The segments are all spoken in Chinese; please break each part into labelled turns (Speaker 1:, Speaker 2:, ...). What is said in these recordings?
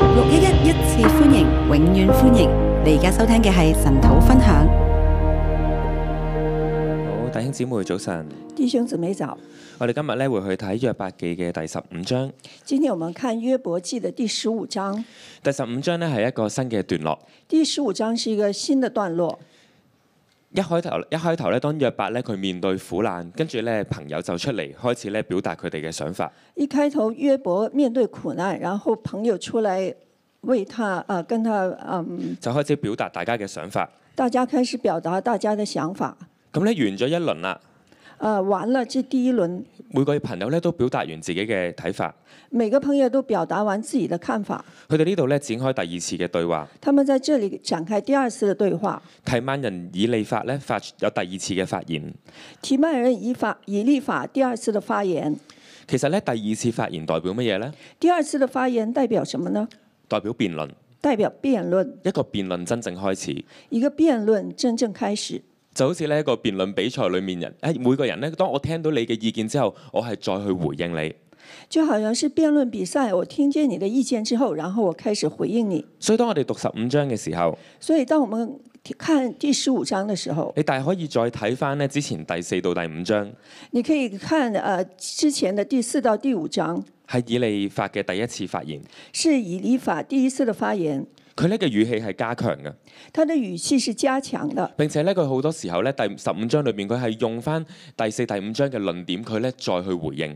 Speaker 1: 六一一一次歡迎，永遠歡迎！你而家收聽嘅係神土分享。
Speaker 2: 好，弟兄姊妹早晨，
Speaker 3: 弟兄姊妹早，
Speaker 2: 我哋今日咧會去睇約伯記嘅第十五章。
Speaker 3: 今天我们看约伯记的第十五章。
Speaker 2: 第十五章咧係一個新嘅段落。
Speaker 3: 第十五章是一个新的段落。
Speaker 2: 一開頭一開頭咧，當約伯咧佢面對苦難，跟住咧朋友就出嚟開始咧表達佢哋嘅想法。
Speaker 3: 一开头，约伯面对苦难，然后朋友出来为他啊、呃跟他嗯，
Speaker 2: 就開始表達大家嘅想法。
Speaker 3: 大家开始表达大家的想法。
Speaker 2: 咁咧完咗一輪啦，
Speaker 3: 呃，完了这第一轮，
Speaker 2: 每個朋友咧都表達完自己嘅睇法。
Speaker 3: 每个朋友都表达完自己的看法。
Speaker 2: 佢哋呢度咧展開第二次嘅對話。
Speaker 3: 他们在这里展开第二次的对话。
Speaker 2: 提曼人以利法咧發有第二次嘅發言。
Speaker 3: 提曼人以法以立法第二次的发言，
Speaker 2: 其實咧第二次發言代表乜嘢呢？
Speaker 3: 第二次的发言代表什么呢？
Speaker 2: 代表辯論，
Speaker 3: 代表辩论，
Speaker 2: 一個辯論真正開始。
Speaker 3: 一个辩论真正开始。
Speaker 2: 就好似呢一個辯論比賽裏面人，誒每個人咧，當我聽到你嘅意見之後，我係再去回應你。
Speaker 3: 就好像是辩论比赛，我听见你的意见之后，然后我开始回应你。
Speaker 2: 所以當我哋讀十五章嘅時候，
Speaker 3: 所以，当我们看第十五章的时候，
Speaker 2: 你大可以再睇翻咧之前第四到第五章，
Speaker 3: 你可以看呃之前的第四到第五章
Speaker 2: 係以利法嘅第一次發言，
Speaker 3: 是以理法第一次的发言，
Speaker 2: 佢呢嘅語氣係加強嘅。
Speaker 3: 他的语气是加强的，
Speaker 2: 並且咧佢好多時候咧第十五章裏面佢係用翻第四、第五章嘅論點，佢咧再去回應。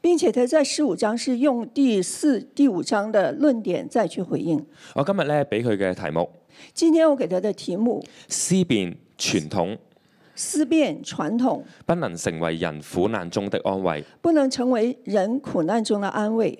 Speaker 3: 并且他在十五章是用第四、第五章的论点再去回应。
Speaker 2: 我今日咧俾佢嘅題目
Speaker 3: 今天我给他的题目：
Speaker 2: 思辨傳統
Speaker 3: 思辨传统
Speaker 2: 不能成為人苦難中的安慰。
Speaker 3: 不能成为人苦难中的安慰。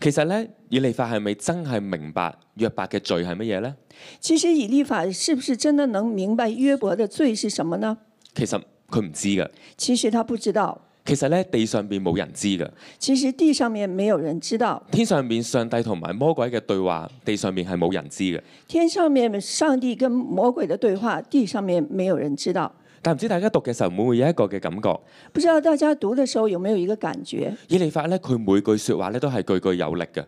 Speaker 2: 其實咧，以利法係咪真係明白約伯嘅罪係乜嘢呢？
Speaker 3: 其实以立法是不是真的能明白约伯的罪是什么呢？
Speaker 2: 其實佢唔知嘅。
Speaker 3: 其实他不知道，
Speaker 2: 其實咧，地上邊冇人知嘅，
Speaker 3: 其实地上面没有人知道，
Speaker 2: 天上邊上帝同埋魔鬼嘅對話，地上邊係冇人知嘅。
Speaker 3: 天上面上帝跟魔鬼的对话，地上面没有人知道。
Speaker 2: 但唔知大家讀嘅時候會唔會有一個嘅感覺？
Speaker 3: 不知道大家读的时候有没有一个感觉？
Speaker 2: 以利法咧，佢每句説話咧都係句句有力嘅。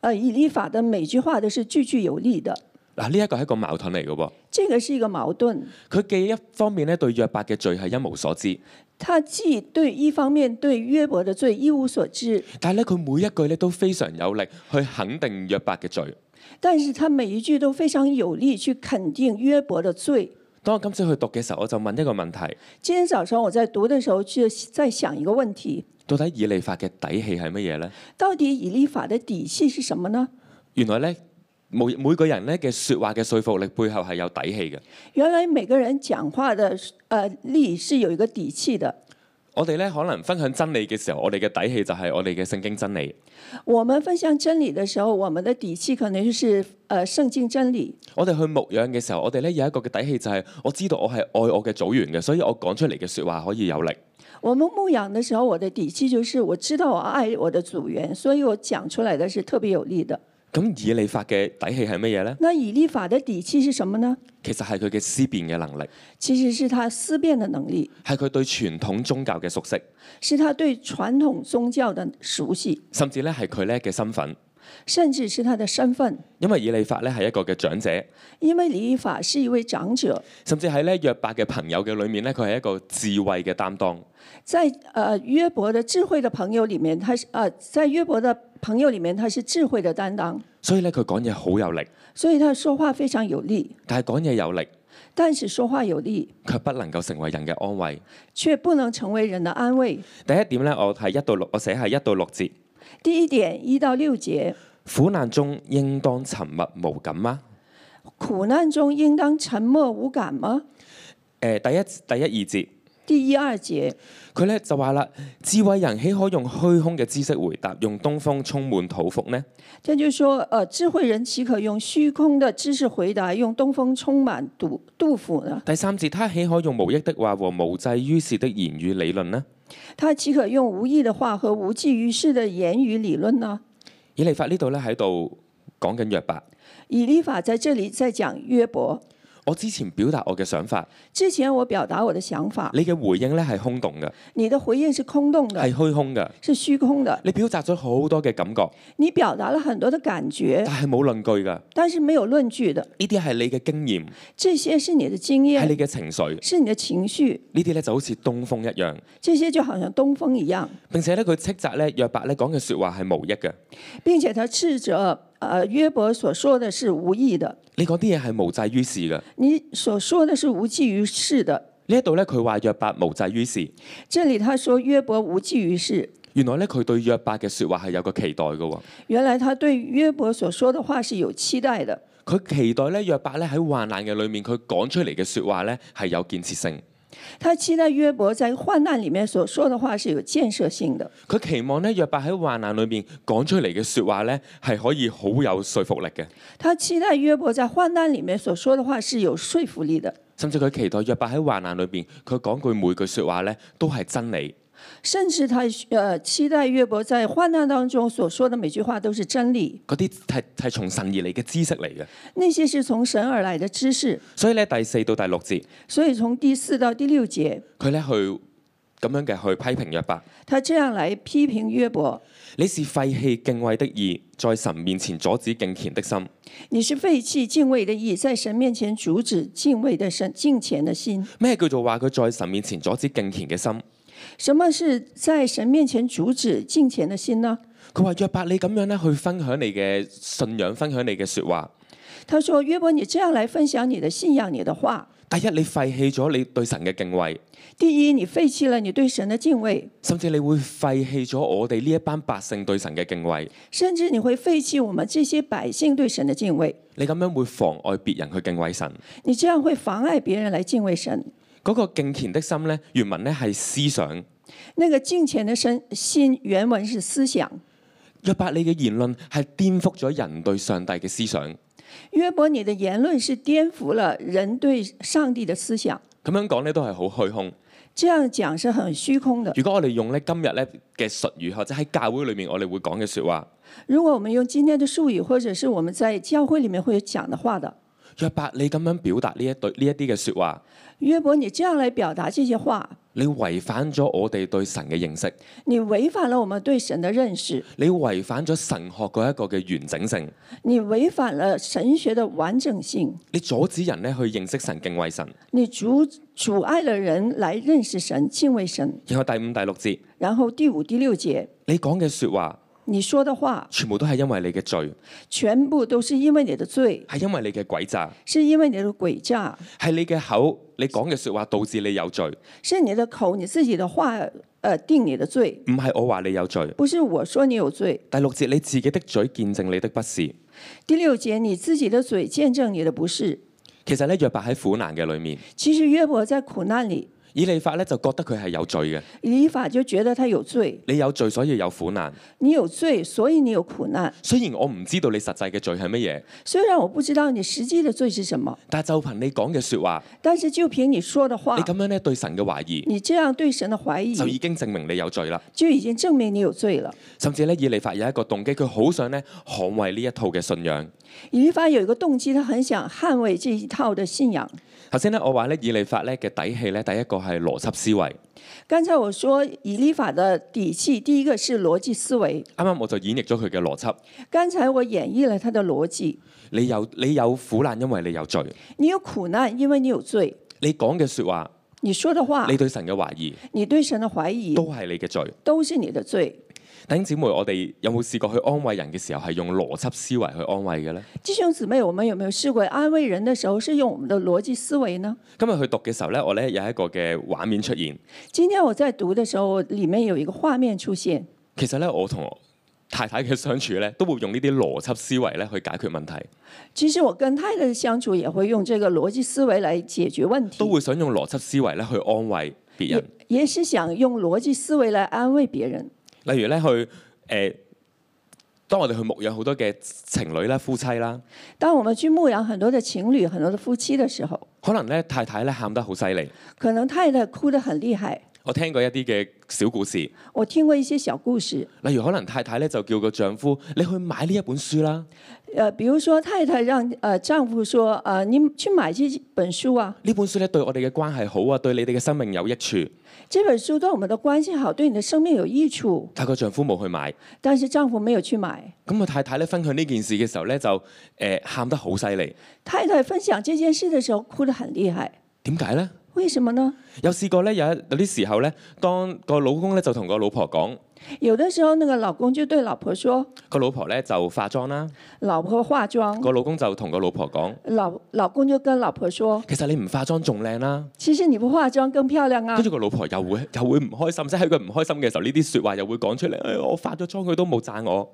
Speaker 3: 呃，以立法的每句话都是句句有力的，
Speaker 2: 嗱，呢一個係一個矛盾嚟嘅喎。
Speaker 3: 这个是一个矛盾。
Speaker 2: 佢既一方面咧對約伯嘅罪係一無所知，
Speaker 3: 他既对一方面对约伯的罪一无所知，
Speaker 2: 但係咧佢每一句咧都非常有力去肯定約伯嘅罪。
Speaker 3: 但是他每一句都非常有力去肯定约伯的罪。
Speaker 2: 當我今朝去讀嘅時候，我就問一個問題：
Speaker 3: 今天早上我在读的时候，就在想一个问题：
Speaker 2: 到底以利法嘅底氣係乜嘢呢？
Speaker 3: 到底以立法的底细是什么呢？
Speaker 2: 原來咧，每每個人咧嘅説話嘅說服力背後係有底氣嘅。
Speaker 3: 原来每个人讲话的呃力是有一个底气的。
Speaker 2: 我哋咧可能分享真理嘅時候，我哋嘅底氣就係我哋嘅聖經真理。
Speaker 3: 我们分享真理的时候，我们的底气可能就是呃圣经真理。
Speaker 2: 我哋去牧養嘅時候，我哋咧有一個嘅底氣就係我知道我係愛我嘅組員嘅，所以我講出嚟嘅説話可以有力。
Speaker 3: 我们牧养的时候，我的底气就是我知道我爱我的组员，所以我讲出来的是特别有力的。
Speaker 2: 咁以利法嘅底氣係乜嘢呢？
Speaker 3: 那以立法的底气是什么呢？
Speaker 2: 其實係佢嘅思辨嘅能力，
Speaker 3: 其实是他思辨的能力，
Speaker 2: 係佢對傳統宗教嘅熟悉，
Speaker 3: 是他对传统宗教的熟悉，
Speaker 2: 甚至咧係佢咧嘅身份。
Speaker 3: 甚至是他的身份。
Speaker 2: 因為以利法咧係一個嘅長者，
Speaker 3: 因为以立法是一位长者，
Speaker 2: 甚至喺咧約伯嘅朋友嘅裏面咧，佢係一個智慧嘅擔當。
Speaker 3: 在呃约伯的智慧的朋友里面，他是呃在约伯的朋友里面，他是智慧的担当，
Speaker 2: 所以咧佢講嘢好有力，
Speaker 3: 所以他说话非常有力。
Speaker 2: 但係講嘢有力
Speaker 3: 但是说话有力，
Speaker 2: 卻不能夠成為人嘅安慰。
Speaker 3: 却不能成为人的安慰。
Speaker 2: 第一點咧，我係一到六，我寫係一到六節。
Speaker 3: 第一点，一到六节，
Speaker 2: 苦難中應當沉默無感嗎？
Speaker 3: 苦难中应当沉默无感吗？
Speaker 2: 誒、第一第一
Speaker 3: 第一二节，
Speaker 2: 二節，佢咧就話啦：智慧人豈可用虛空嘅知識回答，用東風充滿肚腹呢？
Speaker 3: 他就说，呃，智慧人岂可用虚空的知识回答，用东风充满肚肚腹呢？
Speaker 2: 第三節，他豈可用無益的話和無濟於事的言語理論呢？
Speaker 3: 他岂可用无意的话和无济于事的言语理论呢？
Speaker 2: 以利法呢度咧喺度講緊約伯，
Speaker 3: 以立法在这里在讲约伯，
Speaker 2: 我之前表達我嘅想法，
Speaker 3: 之前我表達我的想法，
Speaker 2: 你嘅回應咧係空洞嘅，
Speaker 3: 你的回應是空洞
Speaker 2: 係
Speaker 3: 的，
Speaker 2: 虛空嘅。
Speaker 3: 是虛空的。
Speaker 2: 你表達咗好多嘅感覺，
Speaker 3: 你表達了很多的感
Speaker 2: 但
Speaker 3: 覺，
Speaker 2: 係冇論據㗎。
Speaker 3: 但是沒有論據的。
Speaker 2: 呢啲係你嘅經驗，
Speaker 3: 這些是你的經
Speaker 2: 係
Speaker 3: 驗，
Speaker 2: 你嘅情緒。呢
Speaker 3: 是你的情緒，
Speaker 2: 啲咧就好似東風一樣。
Speaker 3: 這些就好像東風一樣，
Speaker 2: 並且咧佢斥責咧約伯咧講嘅説話係無益嘅。
Speaker 3: 並且他斥責呃約伯所說的是無益的，
Speaker 2: 你講啲嘢係無濟於事嘅。
Speaker 3: 你所說的是無濟於事的。
Speaker 2: 呢一度咧佢話約伯無濟於事，
Speaker 3: 這裡他說約伯無濟於事，
Speaker 2: 原來咧佢對約伯嘅説話係有個期待嘅喎。
Speaker 3: 原來他對約伯所說的話是有期待的。
Speaker 2: 佢期待咧約伯咧喺患難嘅裏面，佢講出嚟嘅説話咧係有建設性。
Speaker 3: 他期待約伯在患難裡面所說的話是有建設性的，
Speaker 2: 佢期望咧約伯喺患難裏面講出嚟嘅説話咧係可以好有說服力嘅，
Speaker 3: 他期待約伯在患難裡面所說的話是有說服力的，
Speaker 2: 甚至佢期待約伯喺患難裏面，佢講句每句説話咧都係真理。
Speaker 3: 甚至他呃期待約伯在患難當中所說的每句話都是真理，
Speaker 2: 嗰啲係係從神而嚟嘅知識嚟嘅。
Speaker 3: 那些是從神而來的知識。
Speaker 2: 所以咧第四到第六節，
Speaker 3: 所以從第四到第六節，
Speaker 2: 佢咧去咁樣嘅去批評約伯。
Speaker 3: 他這樣來批評約伯：
Speaker 2: 你是廢棄敬畏的義，在神面前阻止敬虔的心。
Speaker 3: 你是廢棄敬畏的意，在神面前阻止敬畏的神敬虔的心。
Speaker 2: 咩叫做話佢在神面前阻止敬虔嘅心？
Speaker 3: 什麼是在神面前阻止敬虔的心呢？
Speaker 2: 佢話約伯你咁樣咧去分享你嘅信仰，分享你嘅説話。
Speaker 3: 他說：約伯，你這樣來分享你的信仰，你的話。
Speaker 2: 第一，你廢棄咗你對神嘅敬畏，
Speaker 3: 第一，你廢棄了你對神的敬畏，
Speaker 2: 甚至你會廢棄咗我哋呢一班百姓對神嘅敬畏。
Speaker 3: 甚至你會廢棄我們這些百姓對神的敬畏。
Speaker 2: 你咁樣會妨礙別人去敬畏神。
Speaker 3: 你這樣會妨礙別人來敬畏神。
Speaker 2: 嗰、個敬虔的心呢，原文呢係思想。
Speaker 3: 那個敬虔的身心，原文是思想。
Speaker 2: 約伯你嘅言論係顛覆咗人對上帝嘅思想。
Speaker 3: 約伯，你的言論是顛覆了人對上帝的思想。
Speaker 2: 咁樣講呢都係好虛空。
Speaker 3: 這樣講是很虛空的。
Speaker 2: 如果我哋用咧今日咧嘅術語，或者喺教會裏面我哋會講嘅説話，
Speaker 3: 如果我們用今天的術語，或者是我們在教會裡面會講的話的，
Speaker 2: 約伯你咁樣表達呢一對呢一啲嘅説話，
Speaker 3: 約伯，你這樣來表達這些話，
Speaker 2: 你違反咗我哋對神嘅認識，
Speaker 3: 你違反了我們對神的認識，
Speaker 2: 你違反咗神學嗰一個嘅完整性，
Speaker 3: 你違反了神學的完整性，
Speaker 2: 你阻止人咧去認識神、敬畏神。
Speaker 3: 你阻阻礙了人來認識神、敬畏神。
Speaker 2: 然後第五、第六節，
Speaker 3: 然後第五、第六節，
Speaker 2: 你講嘅説話
Speaker 3: 你說的話
Speaker 2: 全部都係因為你嘅罪，
Speaker 3: 全部都是因為你的罪，
Speaker 2: 係因為你嘅詭詐，
Speaker 3: 是因為你的詭詐，
Speaker 2: 係你嘅口你講嘅説話導致你有罪，
Speaker 3: 是你的口、你自己的話，呃，定你的罪，
Speaker 2: 唔係我話你有罪。
Speaker 3: 不是我說你有罪。
Speaker 2: 第六節，你自己的嘴見證你的不是。
Speaker 3: 第六節，你自己的嘴見證你的不是。
Speaker 2: 其實咧，約伯喺苦難嘅裏面。
Speaker 3: 其實約伯在苦難裡，
Speaker 2: 以利法咧就覺得佢係有罪嘅，
Speaker 3: 以法就覺得他有罪，
Speaker 2: 你有罪所以有苦難。
Speaker 3: 你有罪，所以你有苦難。
Speaker 2: 雖然我唔知道你實際嘅罪係乜嘢，
Speaker 3: 雖然我不知道你實際的罪是什麼，
Speaker 2: 但係就憑你講嘅説話，
Speaker 3: 但是就憑你說的話
Speaker 2: 你，咁樣咧對神嘅懷疑，
Speaker 3: 你這樣對神的懷
Speaker 2: 就哎已
Speaker 3: 疑，
Speaker 2: 經證明你有罪啦。
Speaker 3: 就已經證明你有罪了。
Speaker 2: 甚至咧，以利法有一個動機，佢好想咧捍衛呢一套嘅信仰。
Speaker 3: 以利法有一個動機，他很想捍衛這一套的信仰。
Speaker 2: 頭先咧，我話咧以利法咧嘅底氣咧，第一個係邏輯思維。
Speaker 3: 剛才我說以利法的底氣，第一個是邏輯思維。
Speaker 2: 啱啱我就演繹咗佢嘅邏輯。
Speaker 3: 剛才我演繹了他的邏輯：
Speaker 2: 你有你有苦難，因為你有罪。
Speaker 3: 你有苦難，因為你有罪；
Speaker 2: 你講嘅説話，
Speaker 3: 你說的話
Speaker 2: 你，對神嘅懷疑，
Speaker 3: 你對神的懷疑
Speaker 2: 都，係你嘅罪。
Speaker 3: 都是你的罪。
Speaker 2: 弟兄姊妹，我哋有冇試過去安慰人嘅時候係用邏輯思維去安慰嘅呢？
Speaker 3: 弟兄姊妹，我們有沒有試過安慰人的時候是用我們的邏輯思維呢？
Speaker 2: 今日去讀嘅時候呢，我呢有一個嘅畫面出現。
Speaker 3: 今天我在讀的時候，裡面有一個畫面出現。
Speaker 2: 其實呢，我同我太太嘅相處呢，都會用呢啲邏輯思維呢去解決問題，
Speaker 3: 其實我跟太太的相處也會用這個邏輯思維來解決問
Speaker 2: 都
Speaker 3: 題，
Speaker 2: 會想用邏輯思維呢去安慰別
Speaker 3: 也
Speaker 2: 人。
Speaker 3: 也是想用邏輯思維來安慰別人。
Speaker 2: 例如呢，去誒、呃，當我哋去牧養好多嘅情侶啦、夫妻啦，
Speaker 3: 當我們去牧養很多的情侶、很多的夫妻的時候，
Speaker 2: 可能呢太太呢喊得好犀利，
Speaker 3: 可能太太哭得很厲害，
Speaker 2: 我聽過一啲嘅小故事，
Speaker 3: 我听过一些小故事，
Speaker 2: 例如可能太太咧就叫個丈夫你去買呢一本書啦，
Speaker 3: 呃，比如说太太让呃丈夫说，呃，你去买这本书啊，
Speaker 2: 呢本書咧對我哋嘅關係好啊，對你哋嘅生命有益處。
Speaker 3: 这本书对我们的关系好，对你的生命有益处，
Speaker 2: 但個丈夫冇去買，
Speaker 3: 但是丈夫没有去买。
Speaker 2: 咁個太太咧分享呢件事嘅時候咧就誒喊、得好犀利，
Speaker 3: 太太分享这件事的时候，哭得很厉害，
Speaker 2: 點解咧？
Speaker 3: 为什么呢？
Speaker 2: 有試過咧，有一有啲時候咧，當個老公咧就同個老婆講，
Speaker 3: 有的时候那个老公就对老婆说，
Speaker 2: 個老婆咧就化妝啦，
Speaker 3: 老婆化妆，
Speaker 2: 個老公就同個老婆講，
Speaker 3: 老老公就跟老婆说，
Speaker 2: 其實你唔化妝仲靚啦。
Speaker 3: 其實你不化妝更漂亮啊
Speaker 2: 跟！住個老婆又會又會唔開心，即係喺佢唔開心嘅時候，呢啲説話又會講出嚟。哎我化咗妝，佢都冇讚我。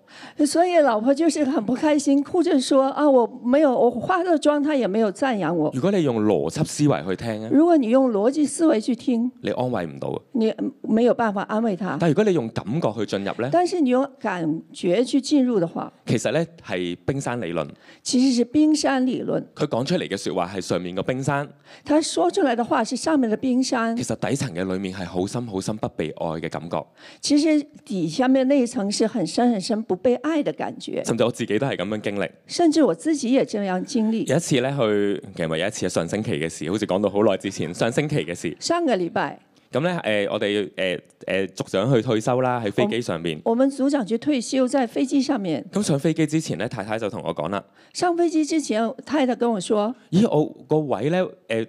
Speaker 3: 所以老婆就是很不開心，哭着說啊，我沒有，我化了妝，她也沒有讚揚我。
Speaker 2: 如果你用邏輯思維去聽咧，
Speaker 3: 如果你用邏輯思維去聽，
Speaker 2: 你安慰唔到。
Speaker 3: 你沒有辦法安慰她；
Speaker 2: 但如果你用感覺去進入咧，
Speaker 3: 但是你用感覺去進入的話，
Speaker 2: 其實咧係冰山理論。
Speaker 3: 其實是冰山理論。
Speaker 2: 佢講出嚟嘅説話係上面個冰山，
Speaker 3: 她說出來的話是上面的冰山
Speaker 2: 其，實底層嘅裡面係好深好深不被愛嘅感覺。
Speaker 3: 其實底下面那一層是很深很深不被愛的感覺。
Speaker 2: 甚至我自己都係咁樣經歷。
Speaker 3: 甚至我自己也這樣經歷。
Speaker 2: 有一次咧去，其實咪有一次係上星期嘅事，好似講到好耐之前，上星期嘅事。
Speaker 3: 上個禮拜，
Speaker 2: 咁咧誒，我哋誒誒族長去退休啦，喺飛機上面。
Speaker 3: 我們組長去退休，在飛機上面。
Speaker 2: 咁上飛機之前咧，太太就同我講啦：，
Speaker 3: 上飛機之前，太太跟我說：
Speaker 2: 咦，我個位咧，誒、誒、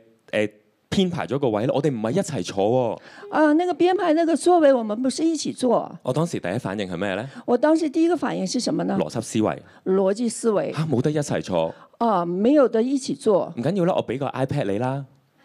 Speaker 2: 編排咗個位咧，我哋唔係一齊坐喎、
Speaker 3: 啊，那個編排那個座位，我們不是一起坐。
Speaker 2: 我當時第一反應係咩咧？
Speaker 3: 我當時第一個反應是什麼呢？
Speaker 2: 邏輯思維
Speaker 3: 邏輯思維
Speaker 2: 嚇，冇、得一齊坐，
Speaker 3: 啊，沒有的一起坐，
Speaker 2: 唔緊要啦，我俾個 iPad 你啦。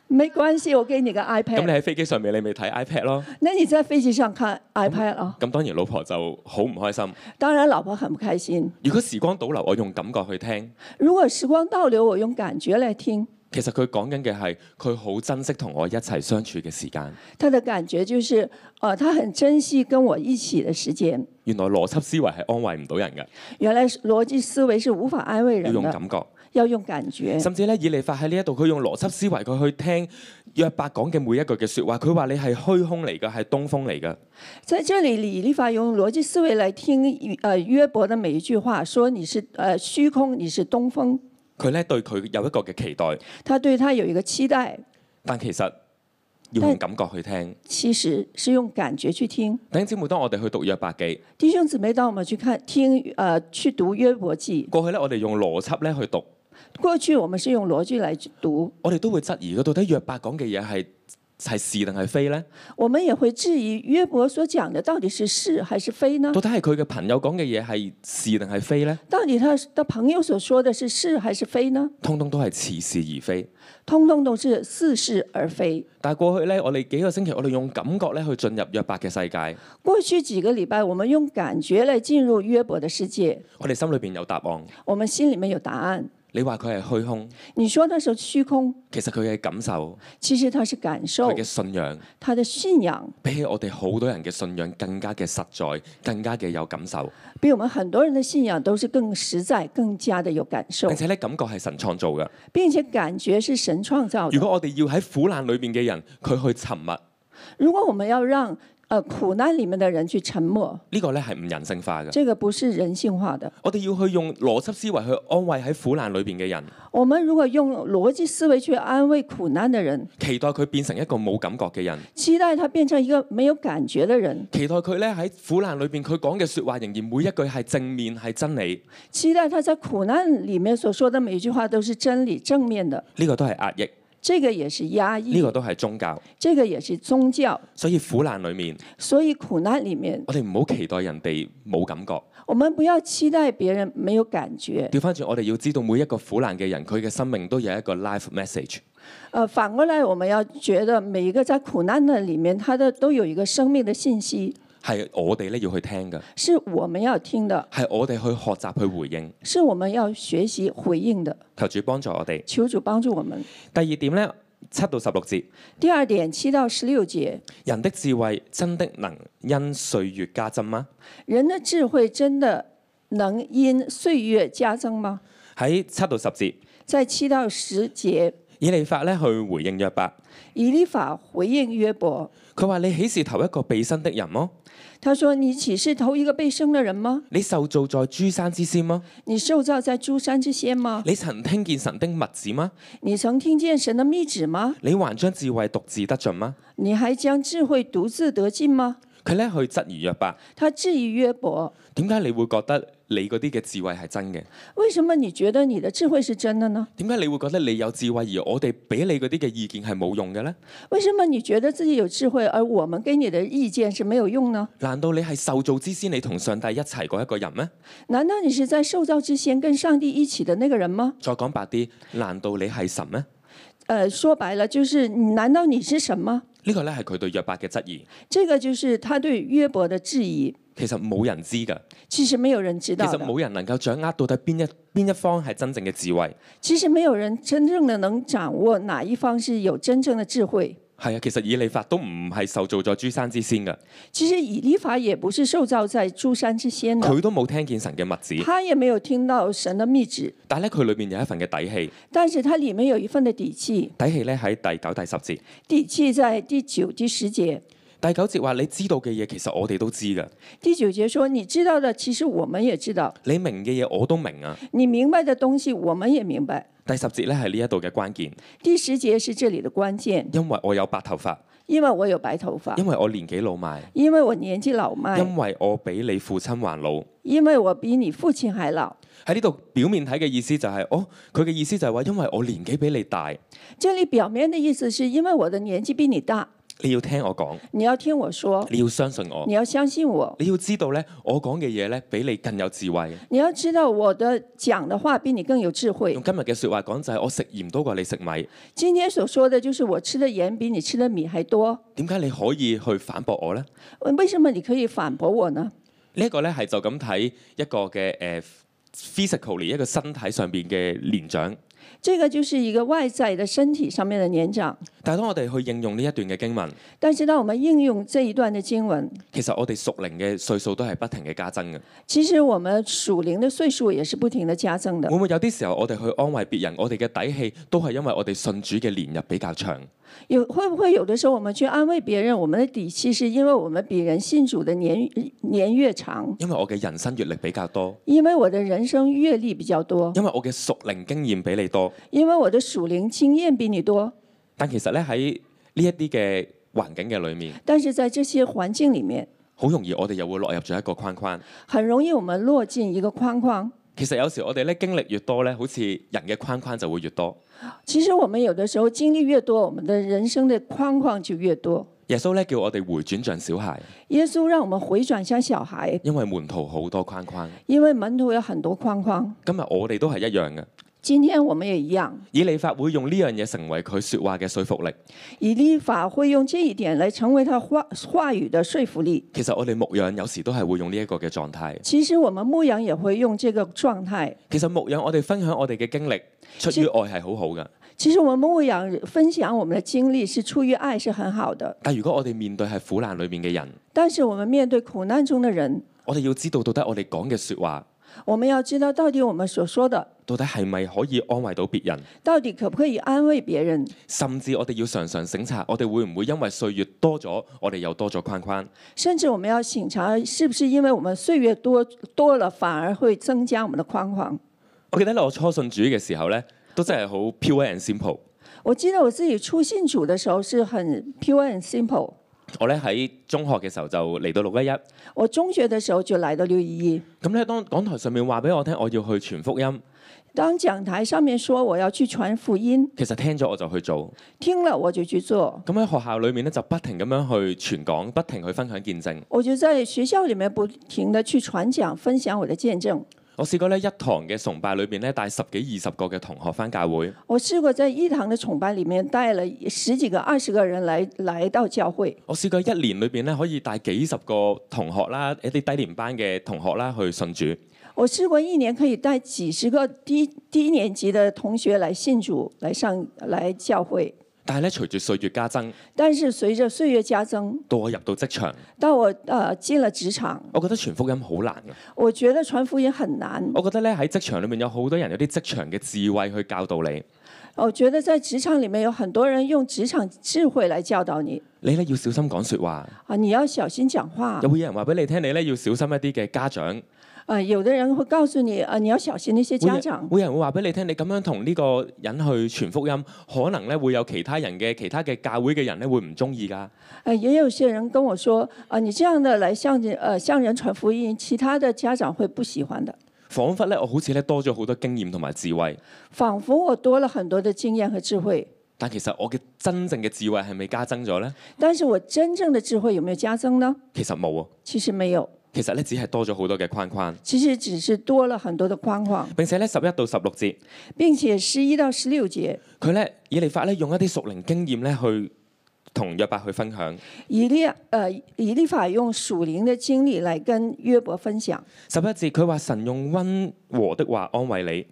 Speaker 3: 沒關係，我給你個
Speaker 2: 咁你
Speaker 3: iPad。
Speaker 2: 喺飛機上面，你咪睇 iPad 咯。
Speaker 3: 那你在飛機上看 iPad 啊？
Speaker 2: 咁當然老婆就好唔開心。
Speaker 3: 當然，老婆很不開心。
Speaker 2: 如果時光倒流，我用感覺去聽，
Speaker 3: 如果時光倒流，我用感覺來聽，
Speaker 2: 其實佢講緊嘅係佢好珍惜同我一齊相處嘅時間。
Speaker 3: 她的感覺就是，呃，她很珍惜跟我一起的時間。
Speaker 2: 原來邏輯思維係安慰唔到人嘅，
Speaker 3: 原來邏輯思維是無法安慰
Speaker 2: 要
Speaker 3: 人
Speaker 2: 用
Speaker 3: 的，
Speaker 2: 感覺。
Speaker 3: 要用感覺。
Speaker 2: 甚至咧，以利法喺呢一度，佢用邏輯思維佢去聽約伯講嘅每一句嘅説話，佢話你係虛空嚟嘅，係東風嚟嘅。
Speaker 3: 在這裡，李立法用邏輯思維來聽呃約伯的每一句話，說你是呃虛空，你是東風。
Speaker 2: 佢咧對佢有一個嘅期待，
Speaker 3: 他對他有一個期待，
Speaker 2: 但其實要用感覺去聽。
Speaker 3: 其實是用感覺去聽。
Speaker 2: 弟兄姊妹，當我哋去讀約伯記，
Speaker 3: 弟兄姊妹，當我們去看聽呃去讀約伯記，
Speaker 2: 過去咧我哋用邏輯咧去讀，
Speaker 3: 過去我們是用邏輯來讀，
Speaker 2: 我哋都會質疑嘅，到底約伯講嘅嘢係係是定係非呢？
Speaker 3: 我們也會質疑約伯所講的到底是是還是非呢
Speaker 2: 到？底係佢嘅朋友講嘅嘢係是定係非呢？
Speaker 3: 到底他的朋友所說的是是還是非呢？
Speaker 2: 通通都係似是而非。
Speaker 3: 通通都是似是而非。
Speaker 2: 但係過去咧，我哋幾個星期，我哋用感覺咧去進入約伯嘅世界，
Speaker 3: 過去幾個禮拜，我們用感覺來進入約伯的世界，
Speaker 2: 我哋心裏邊有答案。
Speaker 3: 我們心裡面有答案。
Speaker 2: 你話佢係虛空，
Speaker 3: 你說那時候虛空，
Speaker 2: 其實佢嘅感受、
Speaker 3: 其實它是感受
Speaker 2: 佢嘅，信仰，
Speaker 3: 他的信仰
Speaker 2: 比起我哋好多人嘅信仰更加嘅實在，更加嘅有感受，
Speaker 3: 比我們很多人的信仰都是更實在、更加的有感受
Speaker 2: 並，且咧感覺係神創造嘅。
Speaker 3: 並且感覺是神創造
Speaker 2: 如
Speaker 3: 的。
Speaker 2: 果我哋要喺苦難裏邊嘅人，佢去沉默，
Speaker 3: 如果我們要讓呃苦難裡面的人去沉默，
Speaker 2: 呢個咧係唔人性化嘅。
Speaker 3: 這個不是人性化的。
Speaker 2: 我哋要去用邏輯思維去安慰喺苦難裏邊嘅人，
Speaker 3: 我們如果用邏輯思維去安慰苦難的人，
Speaker 2: 期待佢變成一個冇感覺嘅人，
Speaker 3: 期待他變成一個沒有感覺的人，
Speaker 2: 期待佢咧喺苦難裏邊佢講嘅説話仍然每一句係正面係真理，
Speaker 3: 期待他在苦難里面所說的每一句話都是真理正面的，
Speaker 2: 呢、個都係壓抑，
Speaker 3: 這個也是壓
Speaker 2: 呢、
Speaker 3: 抑，
Speaker 2: 個都係宗教。
Speaker 3: 這個也是宗教。
Speaker 2: 所以苦難裏面，
Speaker 3: 所以苦難里面，
Speaker 2: 我哋唔好期待人哋冇感覺。
Speaker 3: 我們不要期待別人沒有感覺。
Speaker 2: 調翻轉，我哋要知道每一個苦難嘅人，佢嘅生命都有一個 life message。
Speaker 3: 呃，反過來我們要覺得每一個在苦難的里面，他的都有一個生命的信息，
Speaker 2: 係我哋咧要去聽嘅，
Speaker 3: 是我們要聽的，
Speaker 2: 係我哋去學習去回應。
Speaker 3: 是我們要學習回應的。
Speaker 2: 求主幫助我哋。
Speaker 3: 求主幫助我們。
Speaker 2: 第二點咧，七到十六節，
Speaker 3: 第二點，七到十六節，
Speaker 2: 人的智慧真的能因歲月加增嗎？
Speaker 3: 人的智慧真的能因歲月加增嗎？
Speaker 2: 喺七到十節，
Speaker 3: 在七到十節，
Speaker 2: 以利法咧去回應約伯，
Speaker 3: 以利法回應約伯，
Speaker 2: 佢話：你豈是頭一個被生的人麼？
Speaker 3: 他说：“你岂是头一个被生的人吗？
Speaker 2: 你受造在諸山之先麼？
Speaker 3: 你受造在诸山之先吗？
Speaker 2: 你曾聽見神的密旨嗎？
Speaker 3: 你曾听见神的密旨吗？
Speaker 2: 你還將智慧獨自得盡嗎？
Speaker 3: 你还将智慧独自得尽吗？”
Speaker 2: 佢咧去質疑約伯，
Speaker 3: 他质疑约伯：
Speaker 2: 點解你會覺得你嗰啲嘅智慧係真嘅？
Speaker 3: 为什么你觉得你的智慧是真的呢？
Speaker 2: 點解你會覺得你有智慧，而我哋俾你嗰啲嘅意見係冇用嘅呢？
Speaker 3: 为什么你觉得自己有智慧，而我们给你的意见是没有用呢？
Speaker 2: 難道你係受造之先，你同上帝一齊嗰一個人咩？
Speaker 3: 难道你是在受造之前跟上帝一起的那个人吗？
Speaker 2: 再講白啲，難道你係神咩？
Speaker 3: 呃，说白了就是，难道你是神吗？
Speaker 2: 呢個咧係佢對約伯嘅質疑，
Speaker 3: 这个就是他对约伯的质疑。
Speaker 2: 其實冇人知㗎，
Speaker 3: 其实没有人知
Speaker 2: 其
Speaker 3: 道
Speaker 2: 實
Speaker 3: 的，
Speaker 2: 冇人能夠掌握到底邊一邊一方係真正嘅智慧。
Speaker 3: 其实没有人真正的能掌握哪一方是有真正的智慧。
Speaker 2: 係啊，其實以利法都唔係受造在諸山之先㗎，
Speaker 3: 其实以利法也不是受造在诸山之先的，
Speaker 2: 佢都冇聽見神嘅密旨，
Speaker 3: 他也没有听到神的密旨，
Speaker 2: 但係咧佢裏面有一份嘅底氣，
Speaker 3: 但是他里面有一份的底气，
Speaker 2: 底氣咧喺第九、第十節。
Speaker 3: 底气在第九、第十节。
Speaker 2: 第九節話你知道嘅嘢，其實我哋都知㗎，
Speaker 3: 第九节说：“你知道的，其实我们也知道；
Speaker 2: 你明嘅嘢我都明啊。
Speaker 3: 你明白的东西，我们也明白。
Speaker 2: 第十節咧係呢一度嘅關鍵，”
Speaker 3: 第十节是这里的关键，
Speaker 2: 因為我有白頭髮，
Speaker 3: 因为我有白头发，
Speaker 2: 因為我年紀老邁，
Speaker 3: 因为我年纪老迈，
Speaker 2: 因為我比你父親還老。
Speaker 3: 因为我比你父亲还老。
Speaker 2: 喺呢度表面睇嘅意思就係、哦，佢嘅意思就係話，因為我年紀比你大，
Speaker 3: 这里表面的意思是因为我的年纪比你大，
Speaker 2: 你要聽我講，
Speaker 3: 你要听我说，
Speaker 2: 你要相信我
Speaker 3: 你，要相信我，
Speaker 2: 你要知道咧，我講嘅嘢咧比你更有智慧。
Speaker 3: 你要知道我的讲的话比你更有智慧
Speaker 2: 用。今日嘅説話講就係、我食鹽多過你食米，
Speaker 3: 今天所说的就是我吃的盐比你吃的米还多。呃
Speaker 2: 點解你可以去反駁我呢？
Speaker 3: 为什么你可以反驳我呢？
Speaker 2: 呢一個咧係就咁睇一個嘅誒、呃 physically 一個身體上邊嘅年長，
Speaker 3: 这个就是一个外在的身体上面的年长。
Speaker 2: 但係當我哋去應用呢一段嘅經文，
Speaker 3: 但是当我们应用这一段的经文，
Speaker 2: 其實我哋熟齡嘅歲數都係不停嘅加增嘅。
Speaker 3: 其实我们属灵的岁数也是不停的加增的
Speaker 2: 會。唔會有啲時候我哋去安慰別人，我哋嘅底氣都係因為我哋信主嘅年日比較長？
Speaker 3: 有会不会有的时候我们去安慰别人，我们的底气是因为我们比人信主的年年月长，
Speaker 2: 因為我嘅人生閱歷比較多，
Speaker 3: 因为我的人生阅历比较多，
Speaker 2: 因為我嘅熟齡經驗比你多。
Speaker 3: 因为我的属灵经验比你多。
Speaker 2: 但其實咧喺呢一啲嘅環境嘅裏面，
Speaker 3: 但是在这些环境里面，
Speaker 2: 好容易我哋又會落入咗一個框框。
Speaker 3: 很容易我们落进一个框框。
Speaker 2: 其實有時我哋咧經歷越多咧，好似人嘅框框就會越多。
Speaker 3: 其实我们有的时候经历越多，我们的人生的框框就越多。
Speaker 2: 耶穌咧叫我哋回轉像小孩，
Speaker 3: 耶稣让我们回转向小孩，
Speaker 2: 因為門徒好多框框。
Speaker 3: 因为门徒有很多框框。
Speaker 2: 今日我哋都係一樣嘅。
Speaker 3: 今天我们也一样，
Speaker 2: 以理法會用呢樣嘢成為佢説話嘅說服力。
Speaker 3: 以立法会用这一点来成为他话话语的说服力。
Speaker 2: 其實我哋牧養有時都係會用呢一個嘅狀態。
Speaker 3: 其实我们牧羊也会用这个状态。
Speaker 2: 其實牧養我哋分享我哋嘅經歷，出於愛係好好嘅。
Speaker 3: 其实我们牧羊分享我们的经历是出于爱，是很好的。
Speaker 2: 但如果我哋面對係苦難裏面嘅人，
Speaker 3: 但是我们面对苦难中的人，
Speaker 2: 我哋要知道到底我哋講嘅説話，
Speaker 3: 我们要知道到底我们所说的
Speaker 2: 到底係咪可以安慰到別人，
Speaker 3: 到底可不可以安慰别人，
Speaker 2: 甚至我哋要常常省察，我哋會唔會因為歲月多咗，我哋又多咗框框？
Speaker 3: 甚至我们要醒察是不是因为我们岁月多多了，反而会增加我们的框框。
Speaker 2: 我記得咧，我初信主嘅時候咧，都真係好 pure and simple。
Speaker 3: 我记得我自己初信主的时候是很 pure and simple。
Speaker 2: 我咧喺中學嘅時候就嚟到六一一，
Speaker 3: 我中学的时候就来到六一一，
Speaker 2: 咁咧當講台上面話俾我聽，我要去傳福音，
Speaker 3: 当讲台上面说我要去传福音，
Speaker 2: 其實聽咗我就去做。
Speaker 3: 听了我就去做。
Speaker 2: 咁喺學校裏面咧就不停咁樣去傳講，不停去分享見證。
Speaker 3: 我就在学校里面不停的去传讲、分享我的见证。
Speaker 2: 我試過咧一堂嘅崇拜裏邊咧帶十幾二十個嘅同學返教會，
Speaker 3: 我试过在一堂的崇拜里面带了十几个、二十个人来来到教会。
Speaker 2: 我試過一年裏邊咧可以帶幾十個同學啦，一啲低年班嘅同學啦去信主。
Speaker 3: 我试过一年可以带几十个低低年级的同学来信主，来上来教会。
Speaker 2: 但係咧，隨住歲月加增，
Speaker 3: 但是隨着歲月加增，
Speaker 2: 到我入到職場，
Speaker 3: 到我呃進了職場，
Speaker 2: 我覺得傳福音好難嘅。
Speaker 3: 我覺得傳福音很難。
Speaker 2: 我覺得咧喺職場裏面有好多人有啲職場嘅智慧去教導你，
Speaker 3: 我覺得在職場裡面有很多人用職場智慧來教導你
Speaker 2: 你咧要小心講説話，
Speaker 3: 啊，你要小心講話
Speaker 2: 又。會有人話俾你聽，你咧要小心一啲嘅家長，
Speaker 3: 啊，有的人會告訴你啊，你要小心那些
Speaker 2: 會
Speaker 3: 家
Speaker 2: 有
Speaker 3: 長。
Speaker 2: 會有人會話俾你聽，你咁樣同呢個人去傳福音，可能咧會有其他人嘅其他嘅教會嘅人咧會唔中意㗎。
Speaker 3: 呃，也有些人跟我說啊，你這樣的來向人呃向人傳福音，其他的家長會不喜歡的。
Speaker 2: 彷彿咧我好似咧多咗好多經驗同埋智慧，
Speaker 3: 仿佛我多了很多的經驗和智慧，
Speaker 2: 但其實我嘅真正嘅智慧係咪加增咗呢？
Speaker 3: 但是我真正的智慧有沒有加增呢？
Speaker 2: 其實冇啊，
Speaker 3: 其實沒有，
Speaker 2: 其實咧只係多咗好多嘅框框。
Speaker 3: 其實只是多了很多的框框，
Speaker 2: 並且咧十一到十六節，
Speaker 3: 並且十一到十六節，
Speaker 2: 佢咧以利法咧用一啲屬靈經驗咧去同約伯去分享。
Speaker 3: 以利呃以利法用屬靈的經歷來跟約伯分享。
Speaker 2: 十一節佢話神用温和的話安慰你。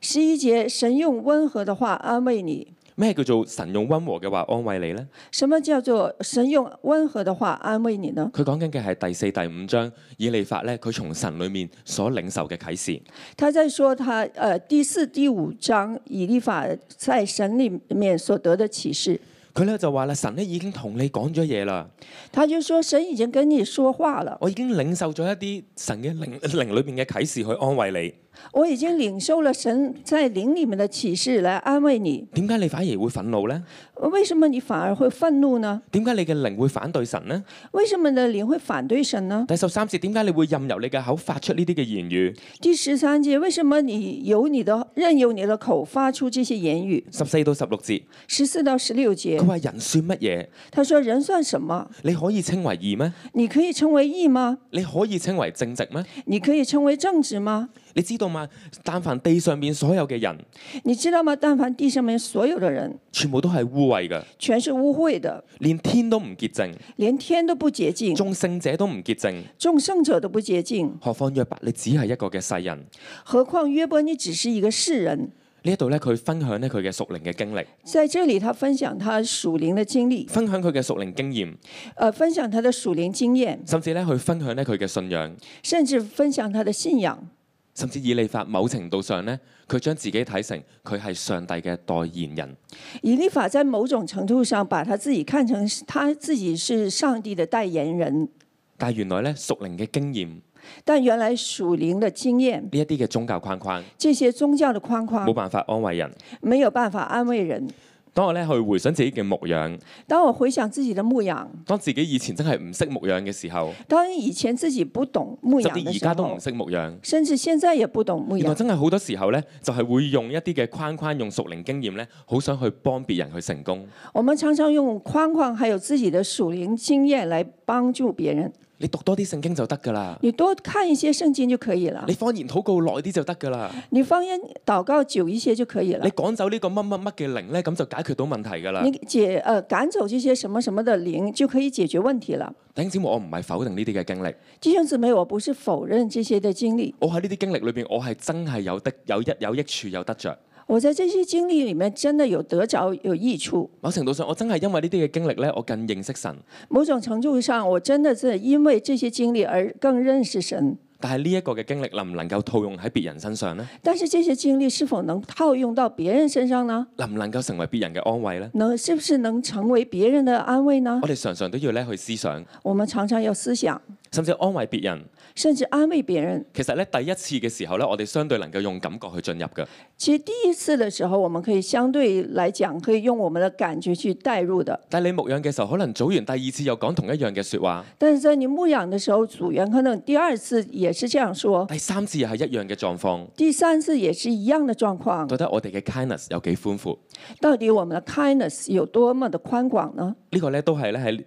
Speaker 3: 十一節，神用温和的話安慰你。
Speaker 2: 咩叫做神用温和嘅話安慰你呢？
Speaker 3: 什麼叫做神用温和的話安慰你呢？
Speaker 2: 佢講緊嘅係第四、第五章以利法咧，佢從神裡面所領受嘅啟示。
Speaker 3: 他在說他呃第四、第五章以利法在神裡面所得的啟示，
Speaker 2: 佢咧就話啦：神咧已經同你講咗嘢啦，
Speaker 3: 他就說神已經跟你說話了，
Speaker 2: 我已經領受咗一啲神嘅靈 靈裏面嘅啟示去安慰你。
Speaker 3: 我已經領受了神在靈裡面的啟示來安慰你。
Speaker 2: 點解你反而會憤怒呢？
Speaker 3: 為什麼你反而會憤怒呢？
Speaker 2: 點解你嘅靈會反對神呢？
Speaker 3: 為什麼你的靈會反對神呢？
Speaker 2: 第十三節，點解你會任由你嘅口發出呢啲嘅言語？
Speaker 3: 第十三節，為什麼你由你的任由你的口發出這些言語？
Speaker 2: 十四到十六節，
Speaker 3: 十四到十六節
Speaker 2: 佢，話人算乜嘢？
Speaker 3: 他說：人算什麼？
Speaker 2: 你可以稱為義咩？
Speaker 3: 你可以稱為義嗎？
Speaker 2: 你可以稱為正直咩？
Speaker 3: 你可以稱為正直嗎？
Speaker 2: 你知道嘛？但凡地上面所有嘅人，
Speaker 3: 你知道嗎？但凡地上面所有的人，
Speaker 2: 全部都係污穢嘅，
Speaker 3: 全是污穢的，
Speaker 2: 連天都唔潔淨，
Speaker 3: 連天都不潔淨，
Speaker 2: 眾聖者都唔潔淨，
Speaker 3: 眾聖者都不潔淨，
Speaker 2: 何況約伯你只係一個嘅世人。
Speaker 3: 何況約伯你只是一個世人。
Speaker 2: 呢一度咧，佢分享咧佢嘅屬靈嘅經歷，
Speaker 3: 在這裡，他分享他屬靈的經歷，
Speaker 2: 分享佢嘅屬靈經驗，
Speaker 3: 呃，分享他的屬靈經驗，
Speaker 2: 甚至咧去分享咧佢嘅信仰，
Speaker 3: 甚至分享他的信仰。
Speaker 2: 甚至以利法某程度上咧，佢將自己睇成佢係上帝嘅代言人。
Speaker 3: 以利法在某種程度上把他自己看成是他自己是上帝的代言人，
Speaker 2: 但係原來咧屬靈嘅經驗呢
Speaker 3: 但原來屬靈的經驗，
Speaker 2: 一啲嘅宗教框框
Speaker 3: 這些宗教的框框
Speaker 2: 冇辦法安慰人。
Speaker 3: 沒有辦法安慰人。
Speaker 2: 當我咧去回想自己嘅牧養，
Speaker 3: 當我回想自己的牧養，
Speaker 2: 當自己以前真係唔識牧養嘅時候，
Speaker 3: 當以前自己不懂牧
Speaker 2: 甚
Speaker 3: 養
Speaker 2: 至
Speaker 3: 的
Speaker 2: 而
Speaker 3: 時
Speaker 2: 家都唔
Speaker 3: 候，
Speaker 2: 識牧養。
Speaker 3: 甚至現在也不懂牧
Speaker 2: 原來
Speaker 3: 養，
Speaker 2: 真係好多時候咧，就係會用一啲嘅框框，用屬靈經驗咧，好想去幫別人去成功。
Speaker 3: 我們常常用框框還有自己的屬靈經驗來幫助別人。
Speaker 2: 你讀多啲聖經就得㗎啦，
Speaker 3: 你多看一些聖經就可以了
Speaker 2: 你，方言禱告耐啲就得㗎啦，
Speaker 3: 你方言禱告久一些就可以了
Speaker 2: 你。啊趕走呢個乜乜乜嘅靈咧，咁就解決到問題㗎啦
Speaker 3: 你。解呃趕走這些什麼什麼的靈，就可以解決問題了。
Speaker 2: 弟兄姊妹，我唔係否定呢啲嘅經歷，
Speaker 3: 弟兄姊妹，我不是否認這些的經歷，
Speaker 2: 我喺呢啲經歷裏邊，我係真係有得有一有益處有得着。
Speaker 3: 我在這些經歷裡面真的有得着有益處。
Speaker 2: 某程度上，我真係因為呢啲嘅經歷咧，我更認識神。
Speaker 3: 某種程度上，我真的是因為這些經歷而更認識神。
Speaker 2: 但係呢一個嘅經歷能唔能夠套用喺別人身上呢？
Speaker 3: 但是這些經歷是否能套用到別人身上呢？
Speaker 2: 能唔能夠成為別人嘅安慰呢？
Speaker 3: 能是不是能成為別人的安慰呢
Speaker 2: 我？哋常常都要咧去思想，
Speaker 3: 我們常常要思想，
Speaker 2: 甚至安慰別人。
Speaker 3: 甚至安慰別人。
Speaker 2: 其實咧，第一次嘅時候咧，我哋相對能夠用感覺去進入嘅。
Speaker 3: 其實第一次的時候，我們可以相對來講，可以用我們的感覺去代入的。
Speaker 2: 但係你牧養嘅時候，可能組完第二次又講同一樣嘅説話，
Speaker 3: 但是在你牧養的時候，組員可能第二次也是這樣說，
Speaker 2: 第三次又係一樣嘅狀況。
Speaker 3: 第三次也是一樣的狀況。
Speaker 2: 到底我哋嘅 kindness 有幾寬闊？
Speaker 3: 到底我們的 kindness 有多麼的寬廣呢？
Speaker 2: 呢個咧都係咧喺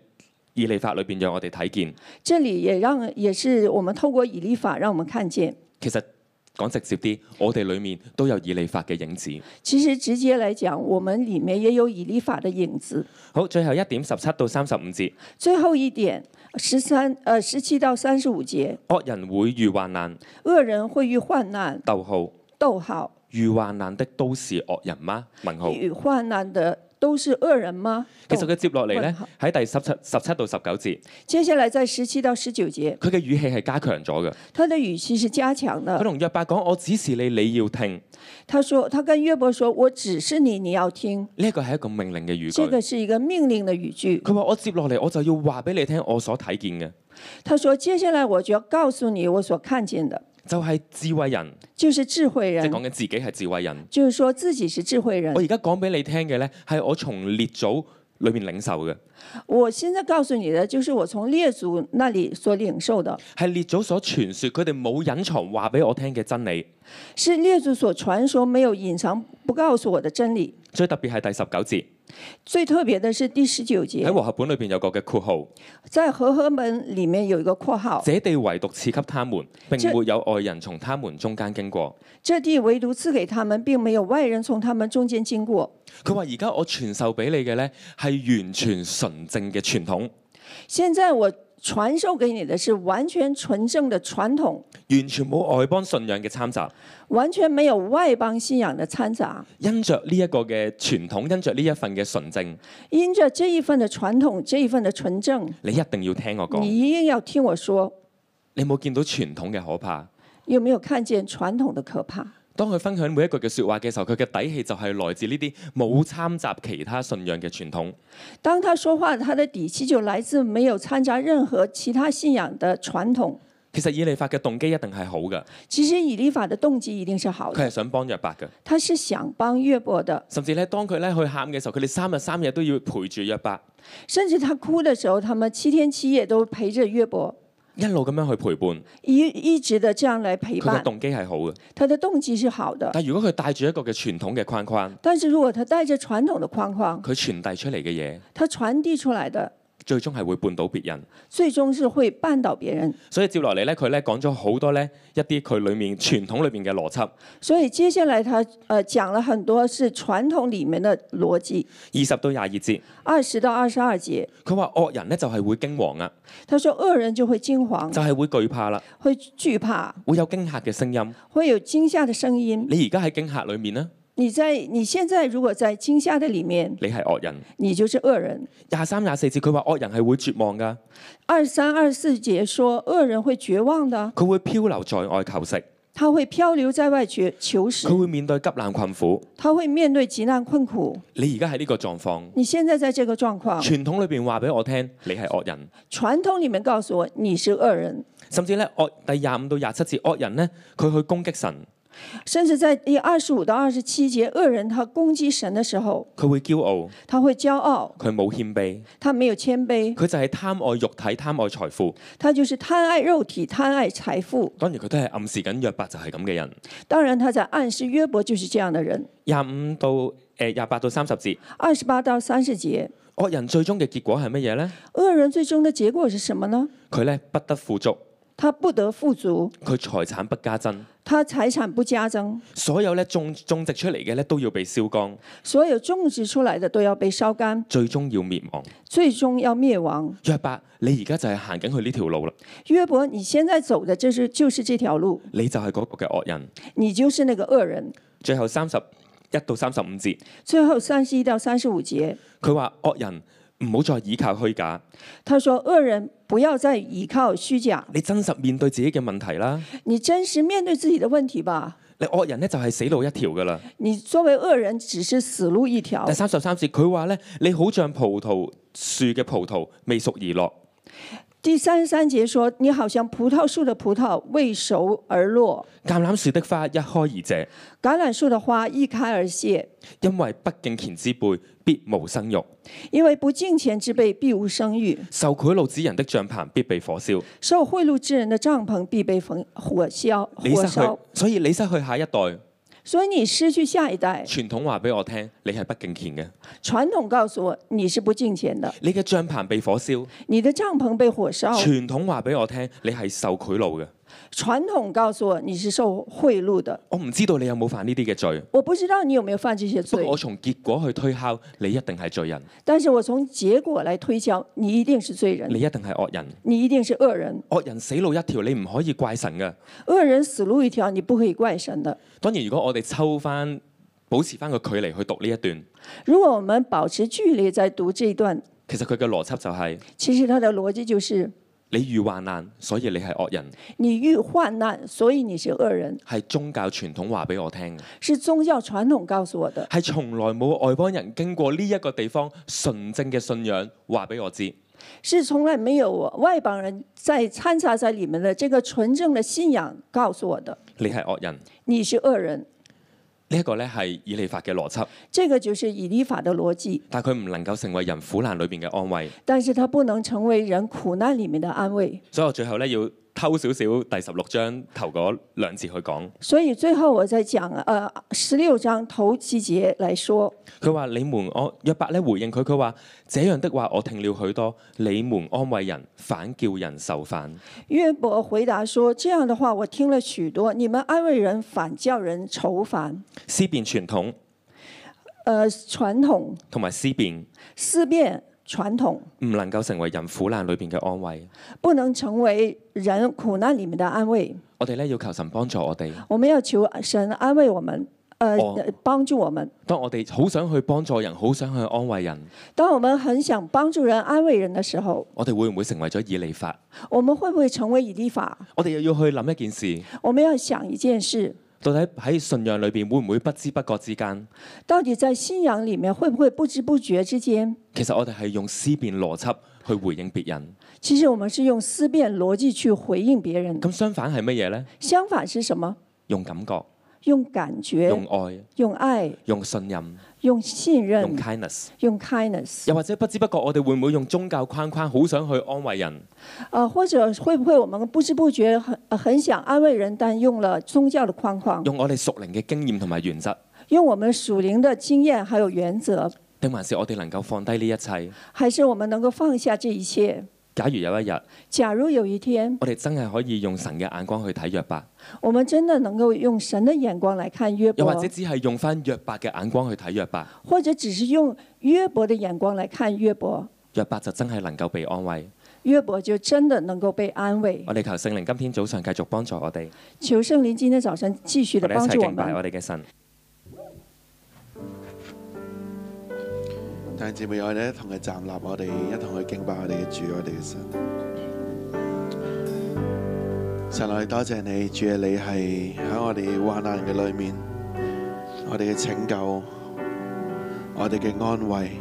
Speaker 2: 以利法裏邊讓我哋睇見。
Speaker 3: 這裡也讓也是我們透過以利法讓我們看見，
Speaker 2: 其實講直接啲，我哋裡面都有以利法嘅影子。
Speaker 3: 其實直接來講，我們裡面也有以利法的影子。
Speaker 2: 好，最後一點十七到三十五節，
Speaker 3: 最後一點，十三呃十七到三十五節，
Speaker 2: 惡人會遇患難。
Speaker 3: 惡人會遇患難。
Speaker 2: 逗號
Speaker 3: 逗號
Speaker 2: 遇患難的都是惡人嗎？問號
Speaker 3: 與患難的都是恶人吗？
Speaker 2: 其實佢接落嚟
Speaker 3: 喂
Speaker 2: 咧
Speaker 3: 好
Speaker 2: 喺第十七十七到十九節，
Speaker 3: 接下来在十七到十九节，
Speaker 2: 佢嘅語氣係加強咗嘅。
Speaker 3: 他的语气是加强
Speaker 2: 佢
Speaker 3: 的。
Speaker 2: 同約伯講：我指示你，你要聽。
Speaker 3: 他说，他跟约伯说：“我指示你，你要听。
Speaker 2: 呢一個係一個命令嘅”語
Speaker 3: 这
Speaker 2: 句。
Speaker 3: 个是一个命令的语句。
Speaker 2: 佢話：我接落嚟我就要話俾你聽，我所睇見嘅
Speaker 3: 他说：“接下来我就要告诉你我所看见的，
Speaker 2: 就係智慧人，
Speaker 3: 就是智慧
Speaker 2: 即係
Speaker 3: 人，
Speaker 2: 講緊自己係智慧人。
Speaker 3: 就是说自己是智慧人
Speaker 2: 我。而家講俾你聽嘅咧，係我從列祖裏面領受嘅，
Speaker 3: 我现在告诉你的，就是我从列祖那里所领受的，
Speaker 2: 係列祖所傳說，佢哋冇隱藏話俾我聽嘅真理。
Speaker 3: 是列祖所传说没有隐藏、不告诉我的真理。”
Speaker 2: 最特別係第十九節
Speaker 3: 最特别的是第十九节
Speaker 2: 喺，和合本裏邊有個嘅括號，
Speaker 3: 在和合本里面有一个括号，
Speaker 2: 這地唯獨賜給他們，並
Speaker 3: 這
Speaker 2: 沒有外人從他們中間經過。
Speaker 3: 这地唯独赐给他们，并没有外人从他们中间经过。
Speaker 2: 佢話：而家我傳授俾你嘅呢，係完全純正嘅傳統，
Speaker 3: 现在我传授给你的是完全纯正的传统，
Speaker 2: 完全冇外邦信仰嘅參雜。
Speaker 3: 完全没有外邦信仰的掺杂。
Speaker 2: 因着呢一個嘅傳統，因着呢一份嘅純正，
Speaker 3: 因着这一份的傳統，這一份的純正，
Speaker 2: 你一定要聽我講。
Speaker 3: 你一定要聽我說。
Speaker 2: 你有冇見到傳統嘅可怕？
Speaker 3: 有沒有看見傳統的可怕？
Speaker 2: 當佢分享每一句嘅説話嘅時候，佢嘅底氣就係來自呢啲冇參雜其他信仰嘅傳統。
Speaker 3: 當他說話，他的底氣就來自沒有掺雜任何其他信仰的傳統。
Speaker 2: 其實以利法嘅動機一定係好嘅，
Speaker 3: 其實以利法的動機一定是好
Speaker 2: 佢
Speaker 3: 的，
Speaker 2: 係想幫約伯嘅。
Speaker 3: 他是想幫約伯的，
Speaker 2: 甚至咧，當佢咧去喊嘅時候，佢哋三日三夜都要陪住約伯，
Speaker 3: 甚至他哭的時候，他們七天七夜都陪着約伯，
Speaker 2: 一路咁樣去陪伴。
Speaker 3: 一一直的這樣來陪
Speaker 2: 佢嘅
Speaker 3: 伴。
Speaker 2: 動機係好嘅，
Speaker 3: 他的動機是好的，
Speaker 2: 但如果佢帶住一個嘅傳統嘅框框，
Speaker 3: 但是如果他帶着傳統的框框，
Speaker 2: 佢傳遞出嚟嘅嘢，
Speaker 3: 他傳遞出來的，
Speaker 2: 最終係會絆倒別人。
Speaker 3: 最終是會絆倒別人。
Speaker 2: 所以接落嚟咧，佢咧講咗好多咧一啲佢裡面傳統裏面嘅邏輯。
Speaker 3: 所以接下来他呃讲了很多是傳統裡面的邏輯，
Speaker 2: 二十到廿二節，
Speaker 3: 二十到二十二節，
Speaker 2: 佢話惡人咧就係會驚惶啊，
Speaker 3: 他說惡人就會驚惶
Speaker 2: 就，係會懼怕啦，
Speaker 3: 會惧怕，
Speaker 2: 會有驚嚇嘅聲音。
Speaker 3: 會有驚嚇的聲音。
Speaker 2: 你而家喺驚嚇裏面呢，
Speaker 3: 你在你現在如果在驚嚇的裡面，
Speaker 2: 你係惡人。
Speaker 3: 你就是惡人。
Speaker 2: 廿三廿四節，佢話惡人係會絕望㗎，
Speaker 3: 二三二四節說惡人會絕望的，
Speaker 2: 佢會漂流在外求食，
Speaker 3: 他會漂流在外求求食，
Speaker 2: 佢會面對急難困苦。
Speaker 3: 他會面對極難困苦。
Speaker 2: 你而家喺呢個狀況，
Speaker 3: 你現在在這個狀況，
Speaker 2: 傳統裏面話俾我聽，你係惡人。
Speaker 3: 傳統裡面告訴我你是惡人，
Speaker 2: 甚至咧惡第廿五到廿七節惡人咧，佢去攻擊神，
Speaker 3: 甚至在第二十五到二十七節，惡人他攻擊神的時候，
Speaker 2: 佢會驕傲，
Speaker 3: 他會驕傲，
Speaker 2: 佢冇謙卑，
Speaker 3: 他沒有謙卑，
Speaker 2: 佢就係貪愛肉體、貪愛財富。
Speaker 3: 他就是貪愛肉體、貪愛財富。
Speaker 2: 當然佢都係暗示緊約伯就係咁嘅人。
Speaker 3: 當然，他在暗示約伯就是這樣的人。
Speaker 2: 廿五到誒廿八到三十節，
Speaker 3: 二十八到三十節，
Speaker 2: 惡人最終嘅結果係乜嘢咧？
Speaker 3: 惡人最終的結果是什麼呢？
Speaker 2: 佢咧不得富足，
Speaker 3: 他不得富足，
Speaker 2: 佢財產不加增，
Speaker 3: 他財產不加增，
Speaker 2: 所有咧種種植出嚟嘅咧都要被燒光，
Speaker 3: 所有種植出來的都要被燒乾，
Speaker 2: 最終要滅亡。
Speaker 3: 最終要滅亡。
Speaker 2: 約伯，你而家就係行緊去呢條路啦，
Speaker 3: 約伯，你現在走的就是就是這條路，
Speaker 2: 你就係嗰個嘅惡人。
Speaker 3: 你就是那個惡人。
Speaker 2: 最後三十一到三十五節，
Speaker 3: 最後三十一到三十五節，
Speaker 2: 佢話惡人唔好再倚靠虛假，
Speaker 3: 他說：惡人不要再依靠虛假，
Speaker 2: 你真實面對自己嘅問題啦。
Speaker 3: 你真實面對自己的問題吧。
Speaker 2: 你惡人咧就係死路一條噶啦。
Speaker 3: 你作為惡人，只是死路一條
Speaker 2: 第。三十三節佢話咧，你好像葡萄樹嘅葡萄未熟而落，
Speaker 3: 第三十三節說：你好像葡萄樹的葡萄未熟而落，
Speaker 2: 橄欖樹的花一開而謝，
Speaker 3: 橄欖樹的花一開而謝，
Speaker 2: 因為不敬虔之輩必無生育，
Speaker 3: 因為不敬虔之輩必無生育，
Speaker 2: 受賄賂之人的帳棚必被火燒。
Speaker 3: 受賄賂之人的帳篷必被焚火燒
Speaker 2: 你
Speaker 3: 火
Speaker 2: 失去
Speaker 3: 燒。，
Speaker 2: 所以你失去下一代。
Speaker 3: 所以你失去下一代。
Speaker 2: 傳統話俾我聽，你係不敬虔嘅，
Speaker 3: 傳統告訴我你是不敬虔的，
Speaker 2: 你嘅帳棚被火燒。
Speaker 3: 你的帳篷被火燒。
Speaker 2: 傳統話俾我聽，你係受賄賂嘅。
Speaker 3: 傳統告訴我你是受賄賂的。
Speaker 2: 我唔知道你有冇犯呢啲嘅罪，
Speaker 3: 我不知道你有没有犯这些
Speaker 2: 不
Speaker 3: 罪
Speaker 2: 過，我從結果去推敲，你一定係罪人，
Speaker 3: 但是我從結果來推敲，你一定是罪
Speaker 2: 你
Speaker 3: 人，
Speaker 2: 一定係惡人。
Speaker 3: 你一定是惡人，
Speaker 2: 惡人死路一條，你唔可以怪神嘅。
Speaker 3: 惡人死路一條，你不可以怪神的。
Speaker 2: 當然，如果我哋抽翻保持翻個距離去讀呢一段，
Speaker 3: 如果我们保持距离在读这一段，
Speaker 2: 其實佢嘅邏輯就係、
Speaker 3: 其实它的逻辑就是：
Speaker 2: 你遇患難，所以你係惡人，
Speaker 3: 你遇患难，所以你是恶人，
Speaker 2: 係宗教傳統話俾我聽嘅，
Speaker 3: 是宗教传统告诉我的，
Speaker 2: 係從來冇外邦人經過呢一個地方純正嘅信仰話俾我知。
Speaker 3: 是从来没有呃外邦人在掺杂在里面的这个纯正的信仰告诉我的，
Speaker 2: 你係惡人。
Speaker 3: 你是恶人。
Speaker 2: 呢一個咧係以利法嘅邏輯，
Speaker 3: 这个就是以立法的逻辑，
Speaker 2: 但佢唔能夠成為人苦難裏邊嘅安慰，
Speaker 3: 但是它不能成为人苦難里面的安慰。
Speaker 2: 所以我最後咧要偷少少第十六章頭嗰兩節去講。
Speaker 3: 所以最后我再讲，呃，十六章头七节来说，
Speaker 2: 佢話：你們安約伯咧回應佢，佢話：這樣的話我聽了許多，你們安慰人，反叫人受犯。
Speaker 3: 约伯回答说：“这样的话我听了许多，你们安慰人，反叫人愁烦。
Speaker 2: 思辨傳統
Speaker 3: 呃，传统
Speaker 2: 同埋思辨
Speaker 3: 思辨传统
Speaker 2: 唔能夠成為人苦難裏邊嘅安慰。
Speaker 3: 不能成为人苦難里面的安慰。
Speaker 2: 我哋咧要求神幫助我哋。
Speaker 3: 我们要求神安慰我们，呃，
Speaker 2: 哦
Speaker 3: 帮助我们。
Speaker 2: 當我哋好想去幫助人，好想去安慰人，
Speaker 3: 当我们很想帮助人、安慰人的时候，
Speaker 2: 我哋會唔會成為咗以利法？
Speaker 3: 我们会不会成为以立法？
Speaker 2: 我哋又要去諗一件事。
Speaker 3: 我们要想一件事：
Speaker 2: 到底喺信仰裏邊會唔會不知不覺之間，
Speaker 3: 到底在信仰里面会不会不知不觉之间，
Speaker 2: 其實我哋係用思辨邏輯去回應別人。
Speaker 3: 其实我们是用思辨邏輯去回應別人的。
Speaker 2: 咁相反係乜嘢呢？
Speaker 3: 相反是什么？
Speaker 2: 用感覺、
Speaker 3: 用感
Speaker 2: 用
Speaker 3: 覺、
Speaker 2: 愛、
Speaker 3: 用愛、
Speaker 2: 用信任、
Speaker 3: 用信
Speaker 2: 用
Speaker 3: 任、
Speaker 2: kindness。
Speaker 3: 用 kindness。
Speaker 2: 又或者不知不覺，我哋會唔會用宗教框框，好想去安慰人？
Speaker 3: 呃，或者会不会我们不知不觉很呃很想安慰人，但用了宗教的框框，
Speaker 2: 用我哋熟齡嘅經驗同埋原則，
Speaker 3: 用我们屬靈的經驗還有原則，
Speaker 2: 定還是我哋能夠放低呢一切？
Speaker 3: 還是我們能夠放下這一切？
Speaker 2: 假如有一日，
Speaker 3: 假如有一天，
Speaker 2: 我哋真係可以用神嘅眼光去睇約伯，
Speaker 3: 我們真的能夠用神的眼光來看約
Speaker 2: 又
Speaker 3: 伯
Speaker 2: 或，者只係用翻約伯嘅眼光去睇約伯，
Speaker 3: 或者只是用约伯的眼光来看约伯，
Speaker 2: 約伯就真係能夠被安慰。
Speaker 3: 约伯就真的能夠被安慰。
Speaker 2: 我哋求聖靈今天早上繼續幫助我哋。
Speaker 3: 求圣灵今天早晨继续的
Speaker 2: 我哋
Speaker 3: 帮
Speaker 2: 一
Speaker 3: 助
Speaker 2: 齊
Speaker 3: 我
Speaker 2: 敬拜
Speaker 3: 们。
Speaker 2: 我哋嘅神。
Speaker 4: 弟兄姊妹，我哋一同去站立，我哋一同去敬拜我哋嘅主，我哋嘅神。神，我哋多謝你，主啊，你係喺我哋患難嘅裏面，我哋嘅拯救，我哋嘅安慰。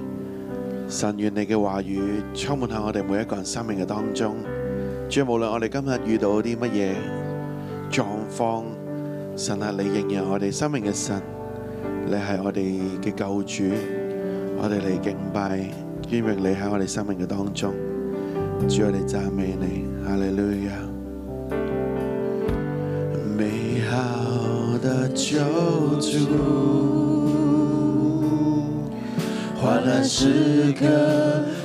Speaker 4: 神，願你嘅話語充滿喺我哋每一個人生命嘅當中。主啊，無論我哋今日遇到啲乜嘢狀況，神啊，你仍然係我哋生命嘅神，你係我哋嘅救主。我哋嚟敬拜，尊榮你喺我哋生命嘅當中，主我哋讚美你，哈利路亞。美好的救主，患难时刻，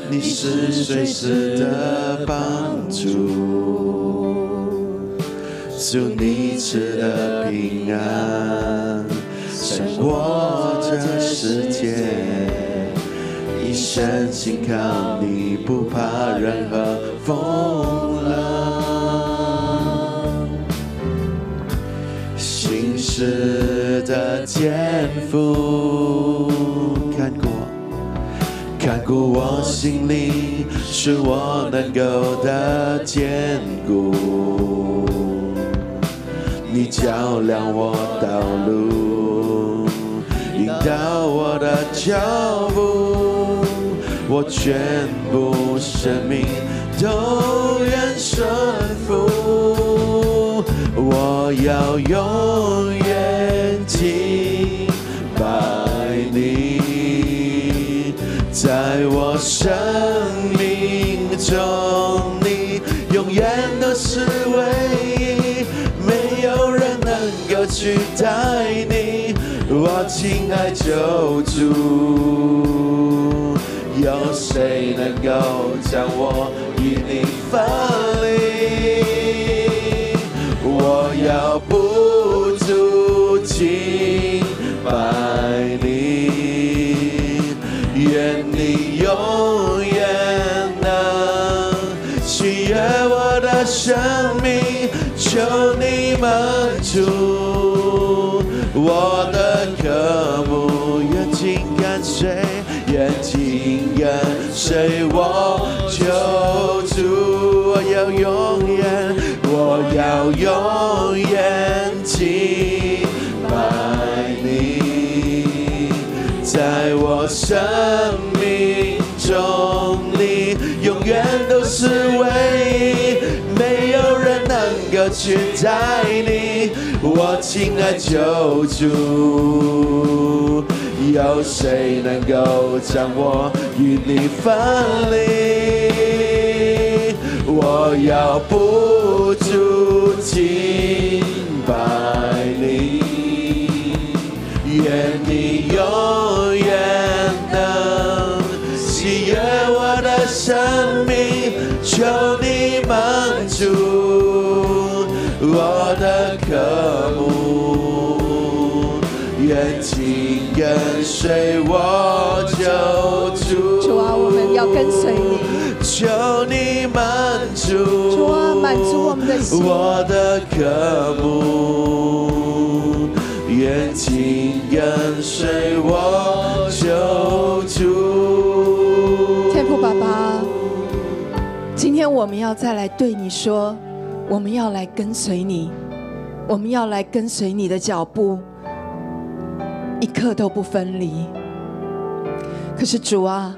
Speaker 4: 你是随时的帮助，祝你赐的平安，胜过这世界。一生信靠你，不怕任何风浪。心事的天赋，看过，看过我心里，是我能够的坚固。你照亮我道路，引导我的脚步，我全部生命都愿顺服，我要永远敬拜你，在我生命中，你永远都是唯一。没有人能够取代你，我亲爱救主。有谁能够将我与你分离？我要不住敬拜你，愿你永远能喜悦我的生命，求你满足我的渴慕。谁，愿紧跟随我救主，我要永远，我要永远敬拜你，在我生命中你永远都是唯一，没有人能够取代你，我亲爱救主。有谁能够将我与你分离？我要不住敬拜你。愿你永远能喜悦我的生命，求你满足我的渴慕，愿紧跟随我救主。
Speaker 5: 主啊，我们要跟随你。
Speaker 4: 求你满足，
Speaker 5: 主啊满足我们的心
Speaker 4: 我的渴慕，愿紧跟随我救主。
Speaker 5: 天父爸爸，今天我们要再来对你说，我们要来跟随你，我们要来跟随你的脚步，一刻都不分离。可是主啊，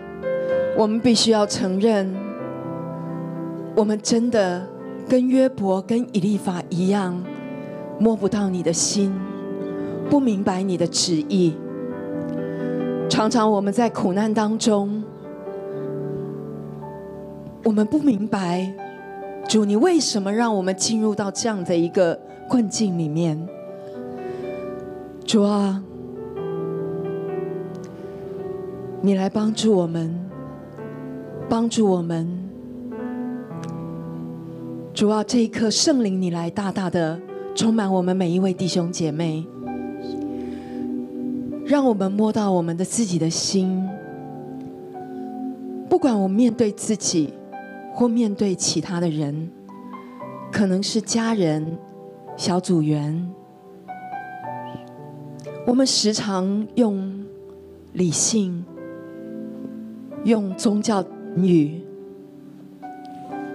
Speaker 5: 我们必须要承认，我们真的跟约伯、跟以利法一样，摸不到你的心，不明白你的旨意。常常我们在苦难当中，我们不明白，主，你为什么让我们进入到这样的一个困境里面？主啊，你来帮助我们，帮助我们。主啊，这一刻圣灵，你来大大的充满我们每一位弟兄姐妹，让我们摸到我们的自己的心。不管我面对自己，或面对其他的人，可能是家人、小组员，我们时常用理性、用宗教语，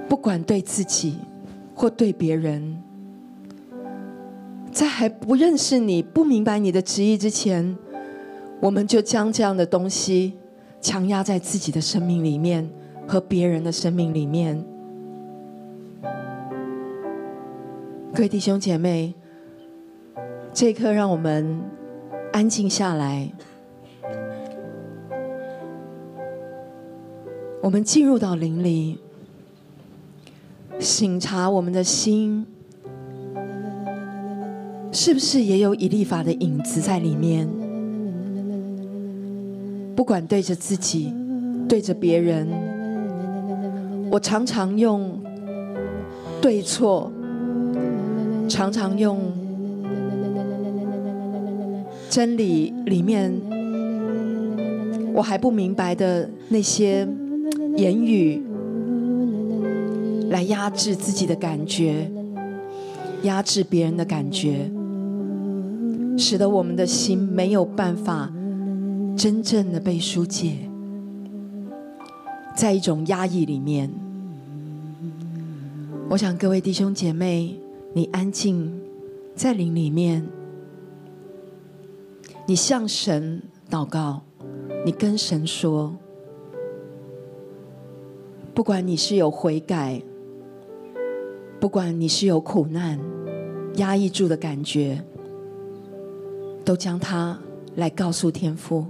Speaker 5: 不管对自己或对别人，在还不认识你、不明白你的旨意之前，我们就将这样的东西强压在自己的生命里面和别人的生命里面。各位弟兄姐妹，这一刻让我们安静下来，我们进入到灵里，醒察我们的心，是不是也有以利法的影子在里面？不管对着自己，对着别人，我常常用对错，常常用真理里面我还不明白的那些言语，来压制自己的感觉，压制别人的感觉，使得我们的心没有办法。真正的被疏解，在一种压抑里面。我想各位弟兄姐妹，你安静在灵里面，你向神祷告，你跟神说，不管你是有悔改，不管你是有苦难、压抑住的感觉，都将它来告诉天父。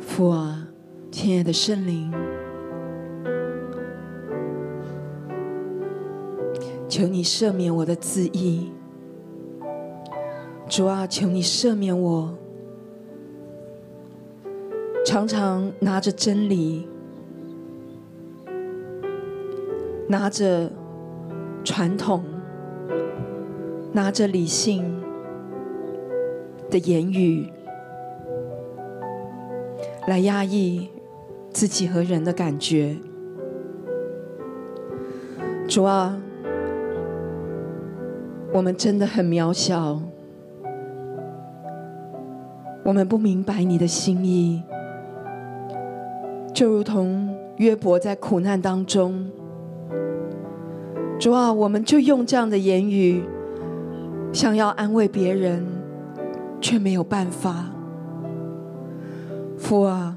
Speaker 5: 父啊，亲爱的圣灵，求你赦免我的自意。主啊，求你赦免我，常常拿着真理，拿着传统，拿着理性的言语。来压抑自己和人的感觉。主啊，我们真的很渺小，我们不明白你的心意，就如同约伯在苦难当中。主啊，我们就用这样的言语，想要安慰别人，却没有办法。父啊，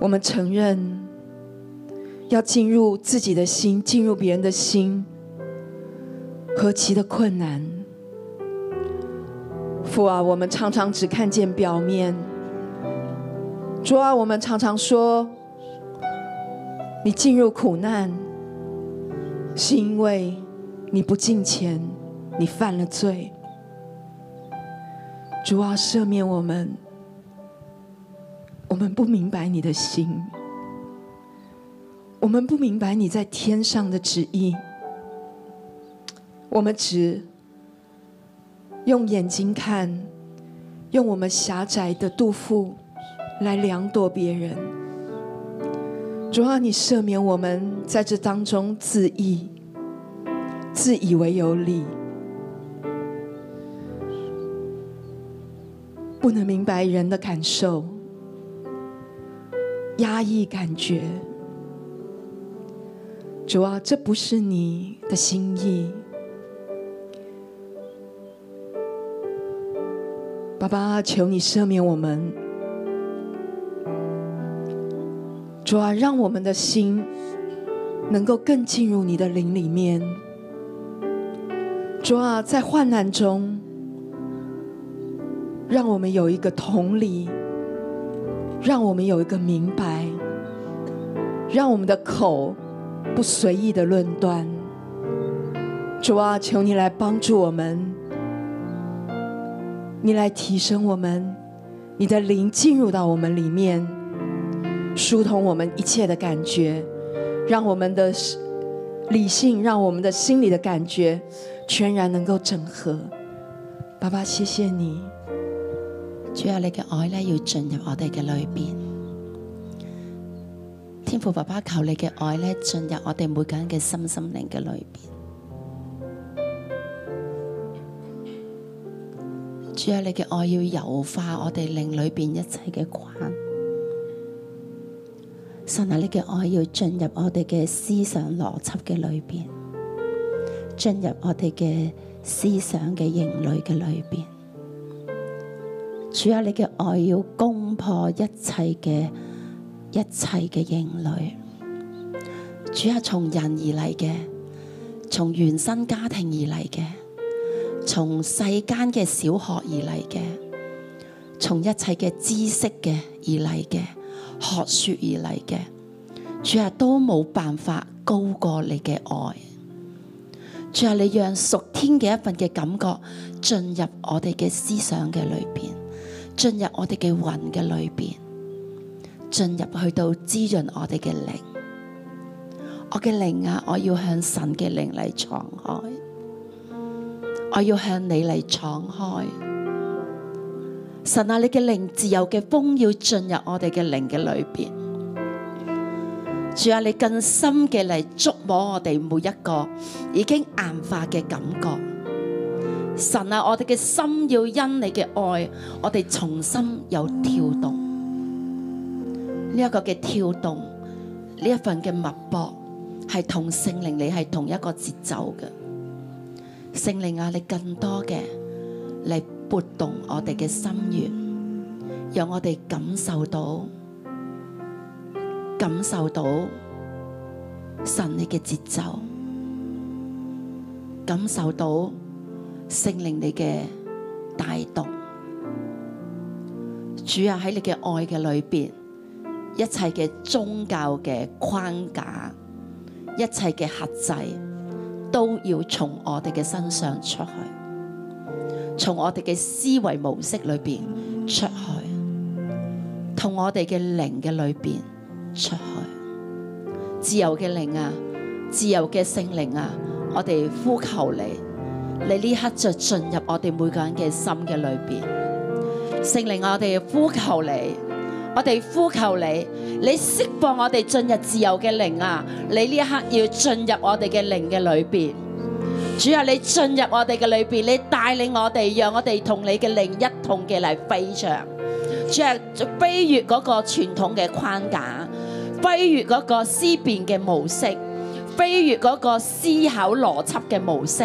Speaker 5: 我们承认要进入自己的心，进入别人的心，何其的困难！父啊，我们常常只看见表面。主啊，我们常常说，你进入苦难，是因为你不敬虔，你犯了罪。主啊，赦免我们。我们不明白你的心，我们不明白你在天上的旨意，我们只用眼睛看，用我们狭窄的肚腹来量度别人。主啊，你赦免我们在这当中自意、自以为有理，不能明白人的感受。压抑感觉。主啊，这不是你的心意。爸爸，求你赦免我们。主啊，让我们的心能够更进入你的灵里面。主啊，在患难中，让我们有一个同理。让我们有一个明白，让我们的口不随意的论断。主啊，求你来帮助我们，你来提升我们，你的灵进入到我们里面，疏通我们一切的感觉，让我们的理性，让我们的心里的感觉全然能够整合。爸爸，谢谢你。
Speaker 6: 主啊，你嘅愛咧要進入我哋嘅裏邊。天父爸爸，求你嘅愛咧進入我哋每個人嘅心心靈嘅裏邊。主啊，你嘅愛要柔化我哋靈裏邊一切嘅框。神啊，你嘅愛要進入我哋嘅思想邏輯嘅裏邊，進入我哋嘅思想嘅形類嘅裏邊。主啊，你嘅愛要攻破一切嘅一切嘅形類。主啊，從人而嚟嘅，從原生家庭而嚟嘅，從世間嘅小學而嚟嘅，從一切嘅知識嘅而嚟嘅，學說而嚟嘅，主啊，都冇辦法高過你嘅愛。主啊，你讓屬天嘅一份嘅感覺進入我哋嘅思想嘅裏邊。進入我哋嘅魂嘅裏邊，進入去到滋潤我哋嘅靈。我嘅靈啊，我要向神嘅靈嚟敞開，我要向你嚟敞開。神啊，你嘅靈自由嘅風要進入我哋嘅靈嘅裏邊。主啊，你更深嘅嚟觸摸我哋每一個已經硬化嘅感覺。神啊，我哋嘅心要因你嘅愛，我哋重新有跳動。呢、一個嘅跳動，呢一份嘅脈搏，係同聖靈你係同一個節奏嘅。聖靈啊，你更多嘅嚟撥動我哋嘅心弦，讓我哋感受到，感受到神你嘅節奏，感受到。聖靈你嘅帶動。主啊，喺你嘅愛嘅裏邊，一切嘅宗教嘅框架，一切嘅限制，都要從我哋嘅身上出去，從我哋嘅思維模式裏邊出去，同我哋嘅靈嘅裏邊出去。自由嘅靈啊，自由嘅聖靈啊，我哋呼求你，你呢刻就進入我哋每個人嘅心嘅裏邊。圣灵，我哋呼求你，我哋呼求你，你释放我哋进入自由嘅灵啊！你呢一刻要进入我哋嘅灵嘅里边。主啊，你进入我哋嘅里边，你带领我哋，让我哋同你嘅灵一同嘅嚟飞翔。主啊，飞越嗰个传统嘅框架，飞越嗰个思辨嘅模式，飞越嗰个思考逻辑嘅模式。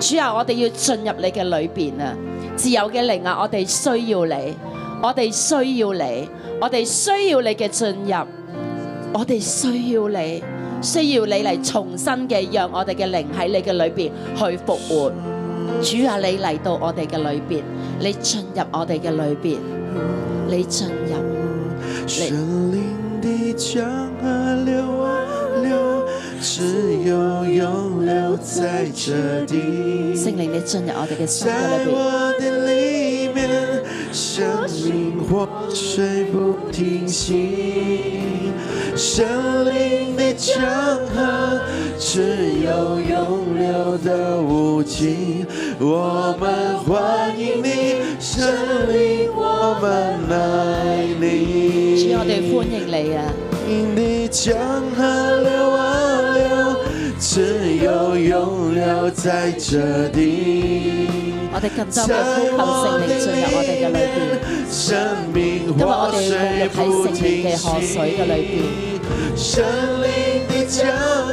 Speaker 6: 主啊，我哋要进入你嘅里边啊！自由嘅靈啊，我哋需要你，我哋需要你，我哋需要你嘅進入，我哋需要你，需要你嚟重新嘅讓我哋嘅靈喺你嘅裏邊去復活。主啊，你嚟到我哋嘅裏邊，你進入我哋嘅裏邊，你進入，
Speaker 4: 神灵的江河流啊流，只有永留在这地，
Speaker 6: 聖靈你進入我哋嘅心嘅
Speaker 4: 在
Speaker 6: 裏邊。
Speaker 4: 我的里面，生命活水不停息。神灵的江河，只有永留的无尽。我们欢迎你，神灵，我们爱你。
Speaker 6: 主，我哋歡迎你啊！
Speaker 4: 因你江河流啊流，只有永留在这地。
Speaker 6: 我哋更多
Speaker 4: 在
Speaker 6: 嘅呼求聖
Speaker 4: 我
Speaker 6: 靈
Speaker 4: 的
Speaker 6: 進入我哋嘅裏邊。
Speaker 4: 里，生命
Speaker 6: 因為我
Speaker 4: 活
Speaker 6: 哋
Speaker 4: 水不
Speaker 6: 沐浴喺聖靈
Speaker 4: 停
Speaker 6: 嘅河水嘅裏
Speaker 4: 息。生命的江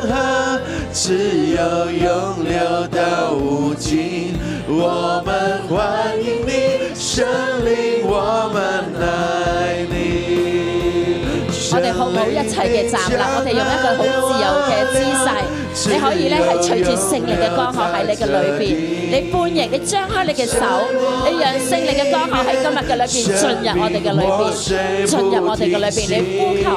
Speaker 4: 河，只有永流到无尽。我们欢迎你，生命，我们爱你。
Speaker 6: 我哋好唔好一齊嘅站立？我哋用一個好自由嘅姿勢，你可以咧係隨住聖靈嘅光河喺你嘅裏邊，你歡迎，你張開你嘅手，你讓聖靈嘅光河喺今日嘅裏邊進入我哋嘅裏邊，進入我哋嘅裏邊，你呼求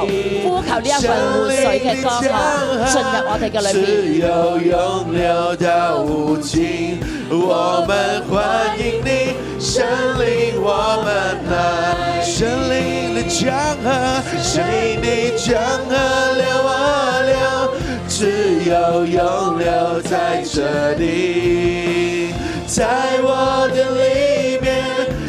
Speaker 6: 呼求呢一份活水嘅光河進入我哋嘅裏邊。
Speaker 4: 只有永流到无尽。我们欢迎你，神灵，我们来。神灵的江河，神灵的江河流啊流，只有永流在这里，在我的里面，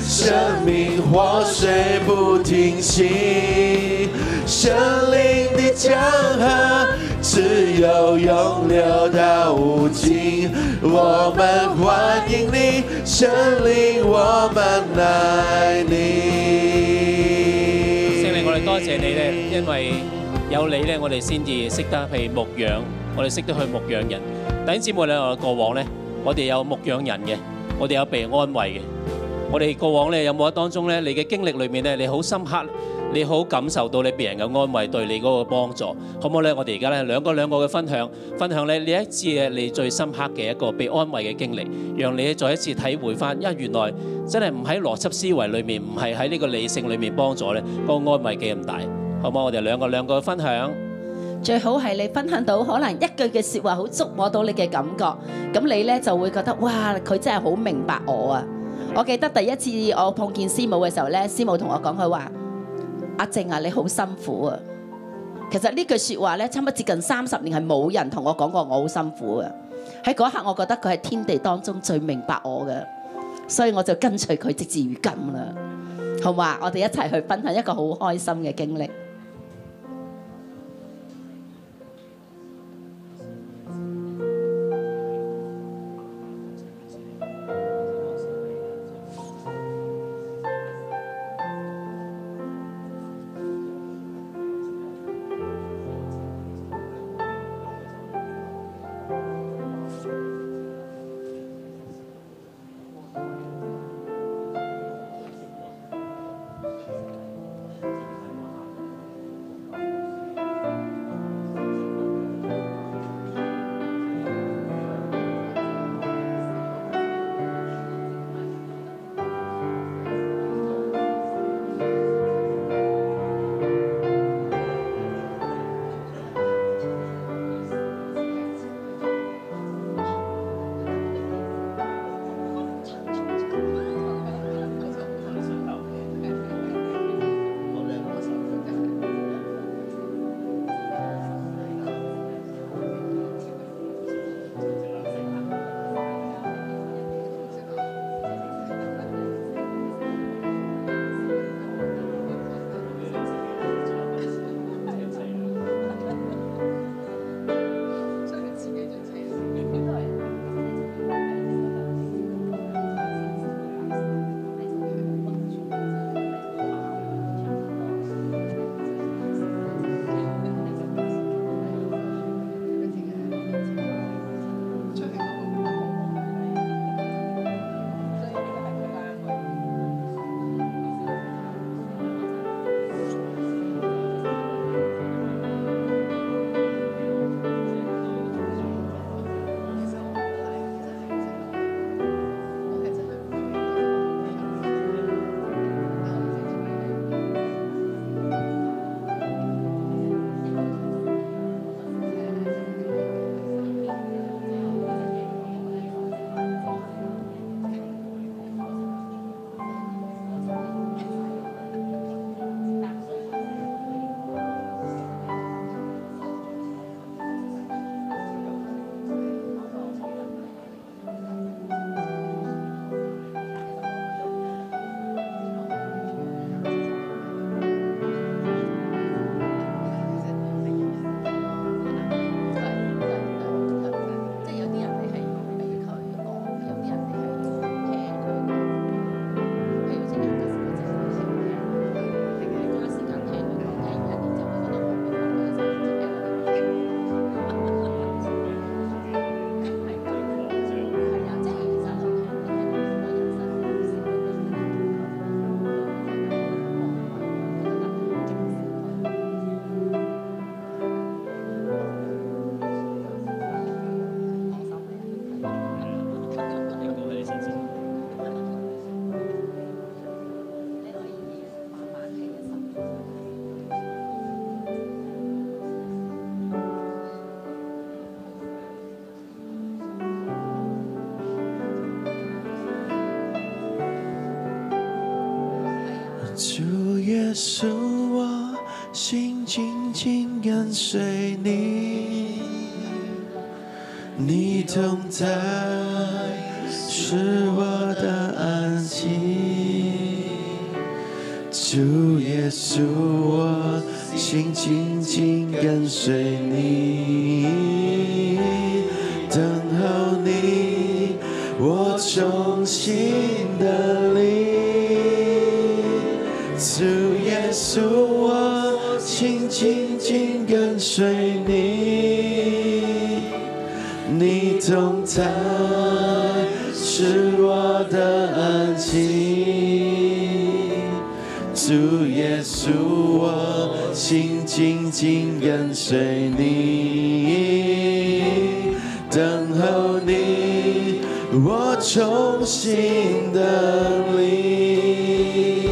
Speaker 4: 生命活水不停息。神灵的江河，只有永流到无尽。我们欢迎你，神灵，我们爱你。
Speaker 7: 聖靈，我哋多謝你咧，因為有你咧，我哋先至識得去牧養，我哋識得去牧養人。弟兄姊妹咧，我哋過往咧，我哋有牧養人嘅，我哋有被安慰嘅。我哋過往咧有冇喺當中咧，你嘅經歷裏面咧，你好深刻，你好感受到你別人嘅安慰對你嗰個幫助，好唔好咧？我哋而家咧兩個兩個嘅分享，分享咧你一次嘅你最深刻嘅一個被安慰嘅經歷，讓你再一次體會翻，因為原來真係唔喺邏輯思維裏面，唔係喺呢個理性裏面幫助咧，個安慰幾咁大，好唔好？我哋兩個兩個分享。
Speaker 6: 最好係你分享到可能一句嘅説話好觸摸到你嘅感覺，咁你咧就會覺得哇，佢真係好明白我啊！我記得第一次我碰見師母嘅時候咧，師母同我講佢話：阿靜啊，你好辛苦啊！其實呢句説話咧，差唔多接近三十年係冇人同我講過我好辛苦啊！喺嗰一刻，我覺得佢係天地當中最明白我嘅，所以我就跟隨佢直至如今啦。好嘛，我哋一齊去分享一個好開心嘅經歷。
Speaker 4: 主耶稣，我心紧紧跟随你，你同在是我的安息。主耶稣，我心紧紧跟随你，等候你，我衷心的灵。主耶稣，我心紧紧跟随你，你同在是我的安息。主耶稣，啊我心紧紧跟随你，等候你，我重新的你。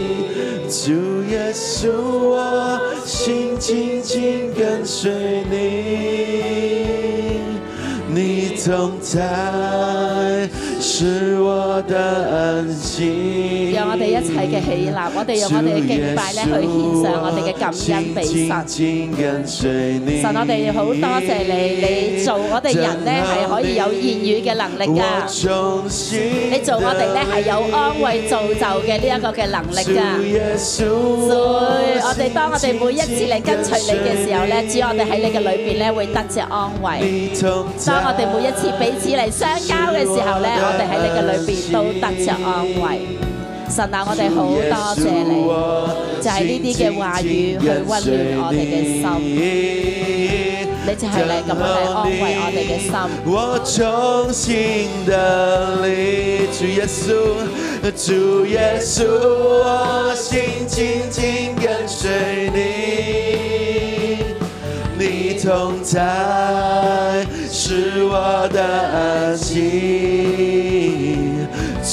Speaker 4: 主耶稣，啊我心紧紧跟随你。你同在是我的安息。
Speaker 6: 讓我哋一齊嘅起立，我哋用我哋嘅敬拜咧去獻上我哋嘅感恩俾神。
Speaker 4: 神
Speaker 6: 神，我哋好多謝你，你做我哋人咧係可以有言語嘅能力㗎，你做我哋咧係有安慰造就嘅呢一個嘅能力㗎。主，我哋當我哋每一次嚟跟隨你嘅時候咧，主我哋喺你嘅裏邊咧會得着安慰。當我哋每一次彼此嚟相交嘅時候咧，我哋喺你嘅裏邊都得着安慰。神啊，我哋好多謝你，就係呢啲嘅話語去温暖我哋嘅心，
Speaker 4: 心，
Speaker 6: 你就係嚟咁樣嚟安慰我哋嘅心。
Speaker 4: 我衷心的你，主耶稣，主耶稣，我心紧紧跟随你，你同在是我的安息。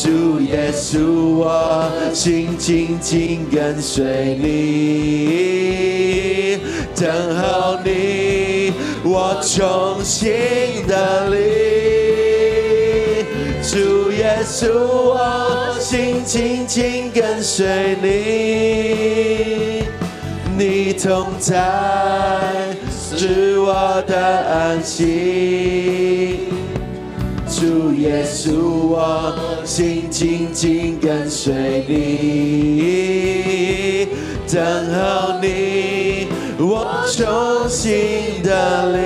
Speaker 4: 主耶稣，啊我心紧紧跟随你，等候你，我重新的你。主耶稣，啊我心紧紧跟随你，你同在是我的安息。主耶稣，我心紧紧跟随你，等候你，我衷心的你。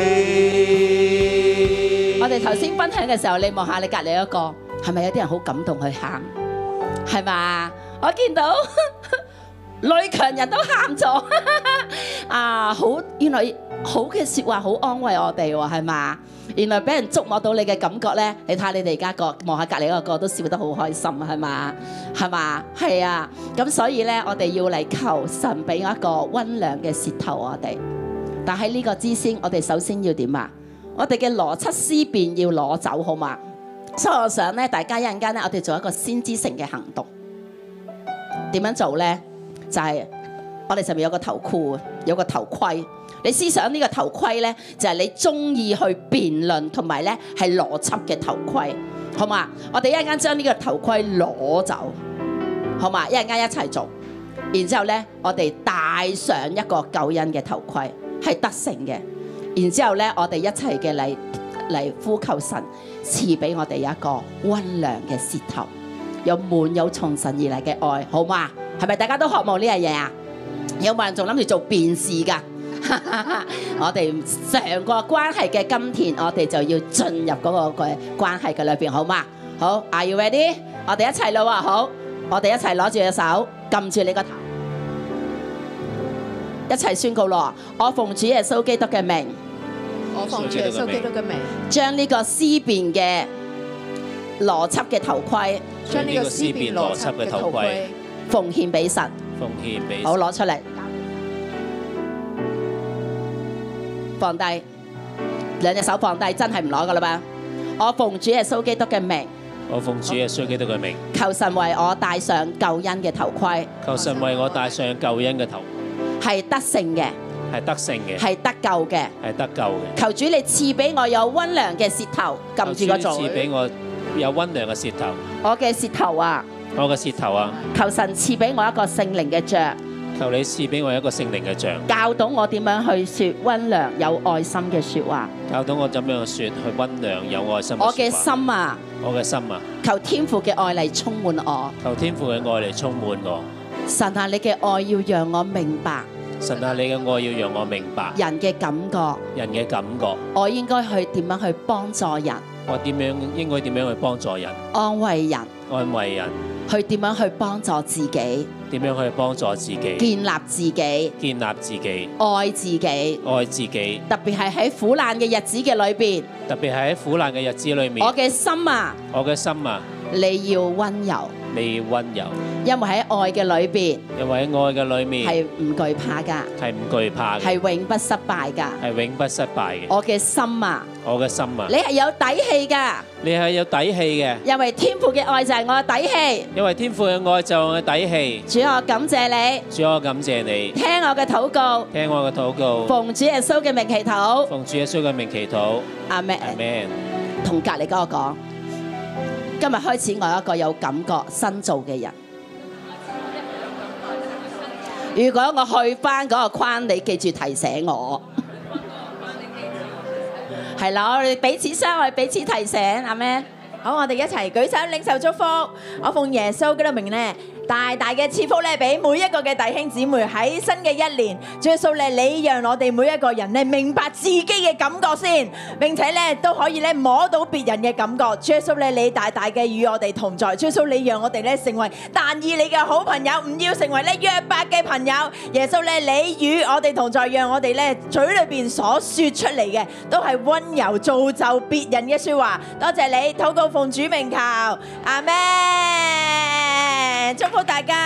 Speaker 6: 我哋頭先分享嘅時候，你望下你隔離一個，係咪有啲人好感動去喊？係嘛？我見到 女強人都喊咗 啊！好，原來好嘅説話好安慰我哋喎，係嘛？原來俾人觸摸到你嘅感覺咧，你睇下你哋而家個望下隔離嗰個都笑得好開心，係嘛？係嘛？係啊！咁所以咧，我哋要嚟求神俾我一個温良嘅舌頭我哋。但喺呢個之先，我哋首先要點啊？我哋嘅邏輯思辨要攞走，好嘛？所以我想咧，大家一陣間咧，我哋做一個先知性嘅行動。點樣做咧？就係、我哋上面有個頭箍，有個頭盔。你思想呢個頭盔咧，就係、你中意去辯論同埋咧係邏輯嘅頭盔，好嘛？我哋一陣間將呢個頭盔攞走，好嘛？一陣間一齊做，然之後咧，我哋戴上一個救恩嘅頭盔，係得勝嘅。然之後咧，我哋一齊嘅嚟嚟呼求神賜俾我哋一個温良嘅舌頭，有滿有從神而嚟嘅愛，好嘛？係咪大家都渴望呢樣嘢啊？有冇人仲諗住做辯士㗎？ 我哋成個關係嘅今天，我哋就要進入嗰個嘅關係嘅裏邊，好嘛？好，Are you ready？我哋一齊啦喎，好，我哋一齊攞住隻手，撳住你個頭，一齊宣告咯！我奉主耶穌基督嘅名。
Speaker 5: 我奉主耶穌基督嘅名，
Speaker 6: 將呢個思辨嘅邏輯嘅頭盔
Speaker 5: 將呢個思辨邏輯嘅頭盔
Speaker 6: 奉獻俾神，
Speaker 7: 奉獻俾
Speaker 6: 好攞出嚟，放低兩隻手放低，真係唔攞噶啦嘛！我奉主耶穌基督嘅名，
Speaker 7: 我奉主耶穌基督嘅名，
Speaker 6: 求神為我戴上救恩嘅頭盔，
Speaker 7: 求神為我戴上救恩嘅頭，
Speaker 6: 係得勝嘅，
Speaker 7: 係得勝嘅，
Speaker 6: 係得救嘅。
Speaker 7: 係得救嘅。
Speaker 6: 求主你賜俾我有温良嘅舌頭，撳住
Speaker 7: 求主
Speaker 6: 個
Speaker 7: 賜
Speaker 6: 座，
Speaker 7: 俾我有温良嘅舌頭，
Speaker 6: 我嘅舌頭啊，
Speaker 7: 我嘅舌頭啊，
Speaker 6: 求神賜俾我一個聖靈嘅杖，
Speaker 7: 求你賜俾我一個聖靈嘅杖，
Speaker 6: 教到我點樣去説温良有愛心嘅説話。
Speaker 7: 教到我怎樣説去温良有愛心
Speaker 6: 我
Speaker 7: 嘅
Speaker 6: 嘅
Speaker 7: 說話
Speaker 6: 心啊，
Speaker 7: 我嘅心啊，
Speaker 6: 求天父嘅愛嚟充滿我。
Speaker 7: 求天父嘅愛嚟充滿我。
Speaker 6: 神啊，你嘅愛要讓我明白
Speaker 7: 神啊，你嘅愛要讓我明白
Speaker 6: 人嘅感覺，
Speaker 7: 人嘅感覺，
Speaker 6: 我應該去點樣去幫助人、
Speaker 7: 我點樣應該點樣去幫助人、
Speaker 6: 安慰人，
Speaker 7: 安慰人，
Speaker 6: 去點樣去幫助自己、
Speaker 7: 點樣去幫助自己、
Speaker 6: 建立自己、
Speaker 7: 建立自己、
Speaker 6: 愛自己。
Speaker 7: 愛自己。
Speaker 6: 特別係喺苦難嘅日子嘅裏邊，
Speaker 7: 特別係喺苦難嘅日子裏面
Speaker 6: 我，嘅心啊，
Speaker 7: 我嘅心啊，
Speaker 6: 你要温柔，
Speaker 7: 你要温柔，
Speaker 6: 因為喺愛嘅裏邊
Speaker 7: 因為喺愛嘅裏面
Speaker 6: 係唔懼怕㗎，
Speaker 7: 係唔懼怕嘅，
Speaker 6: 係永不失敗㗎。
Speaker 7: 係永不失敗嘅。
Speaker 6: 我嘅心啊，
Speaker 7: 我嘅心啊
Speaker 6: 你，係有底氣㗎，
Speaker 7: 你係有底氣嘅，
Speaker 6: 因為天父嘅愛就係我嘅底氣。
Speaker 7: 因為天父嘅愛就係我嘅底氣。
Speaker 6: 主，我感謝你，
Speaker 7: 主，我感謝你，
Speaker 6: 聽我嘅禱告，
Speaker 7: 聽我嘅禱告，
Speaker 6: 奉主耶穌嘅名祈禱。
Speaker 7: 奉主耶穌嘅名祈禱，
Speaker 6: 阿咩？
Speaker 7: 阿 Man。
Speaker 6: 同隔離嗰個講，今日開始我係一個有感覺新造嘅人。如果我去翻嗰個框，你記住提醒我。係啦，我哋彼此相愛，彼此提醒，阿咩？
Speaker 8: 好，我哋一齊舉手領受祝福。我奉耶穌基督名咧，大大嘅賜福咧，俾每一個嘅弟兄姊妹喺新嘅一年，主耶穌咧，你讓我哋每一個人咧明白自己嘅感覺先，並且咧都可以咧摸到別人嘅感覺。主耶穌咧，你大大嘅與我哋同在。主耶穌，你讓我哋咧成為但以理嘅好朋友，唔要成為咧約伯嘅朋友。耶穌咧，你與我哋同在，讓我哋咧嘴裏邊所說出嚟嘅都係温柔造就別人嘅說話。多謝你，禱告奉主名求，阿咩？祝福大家。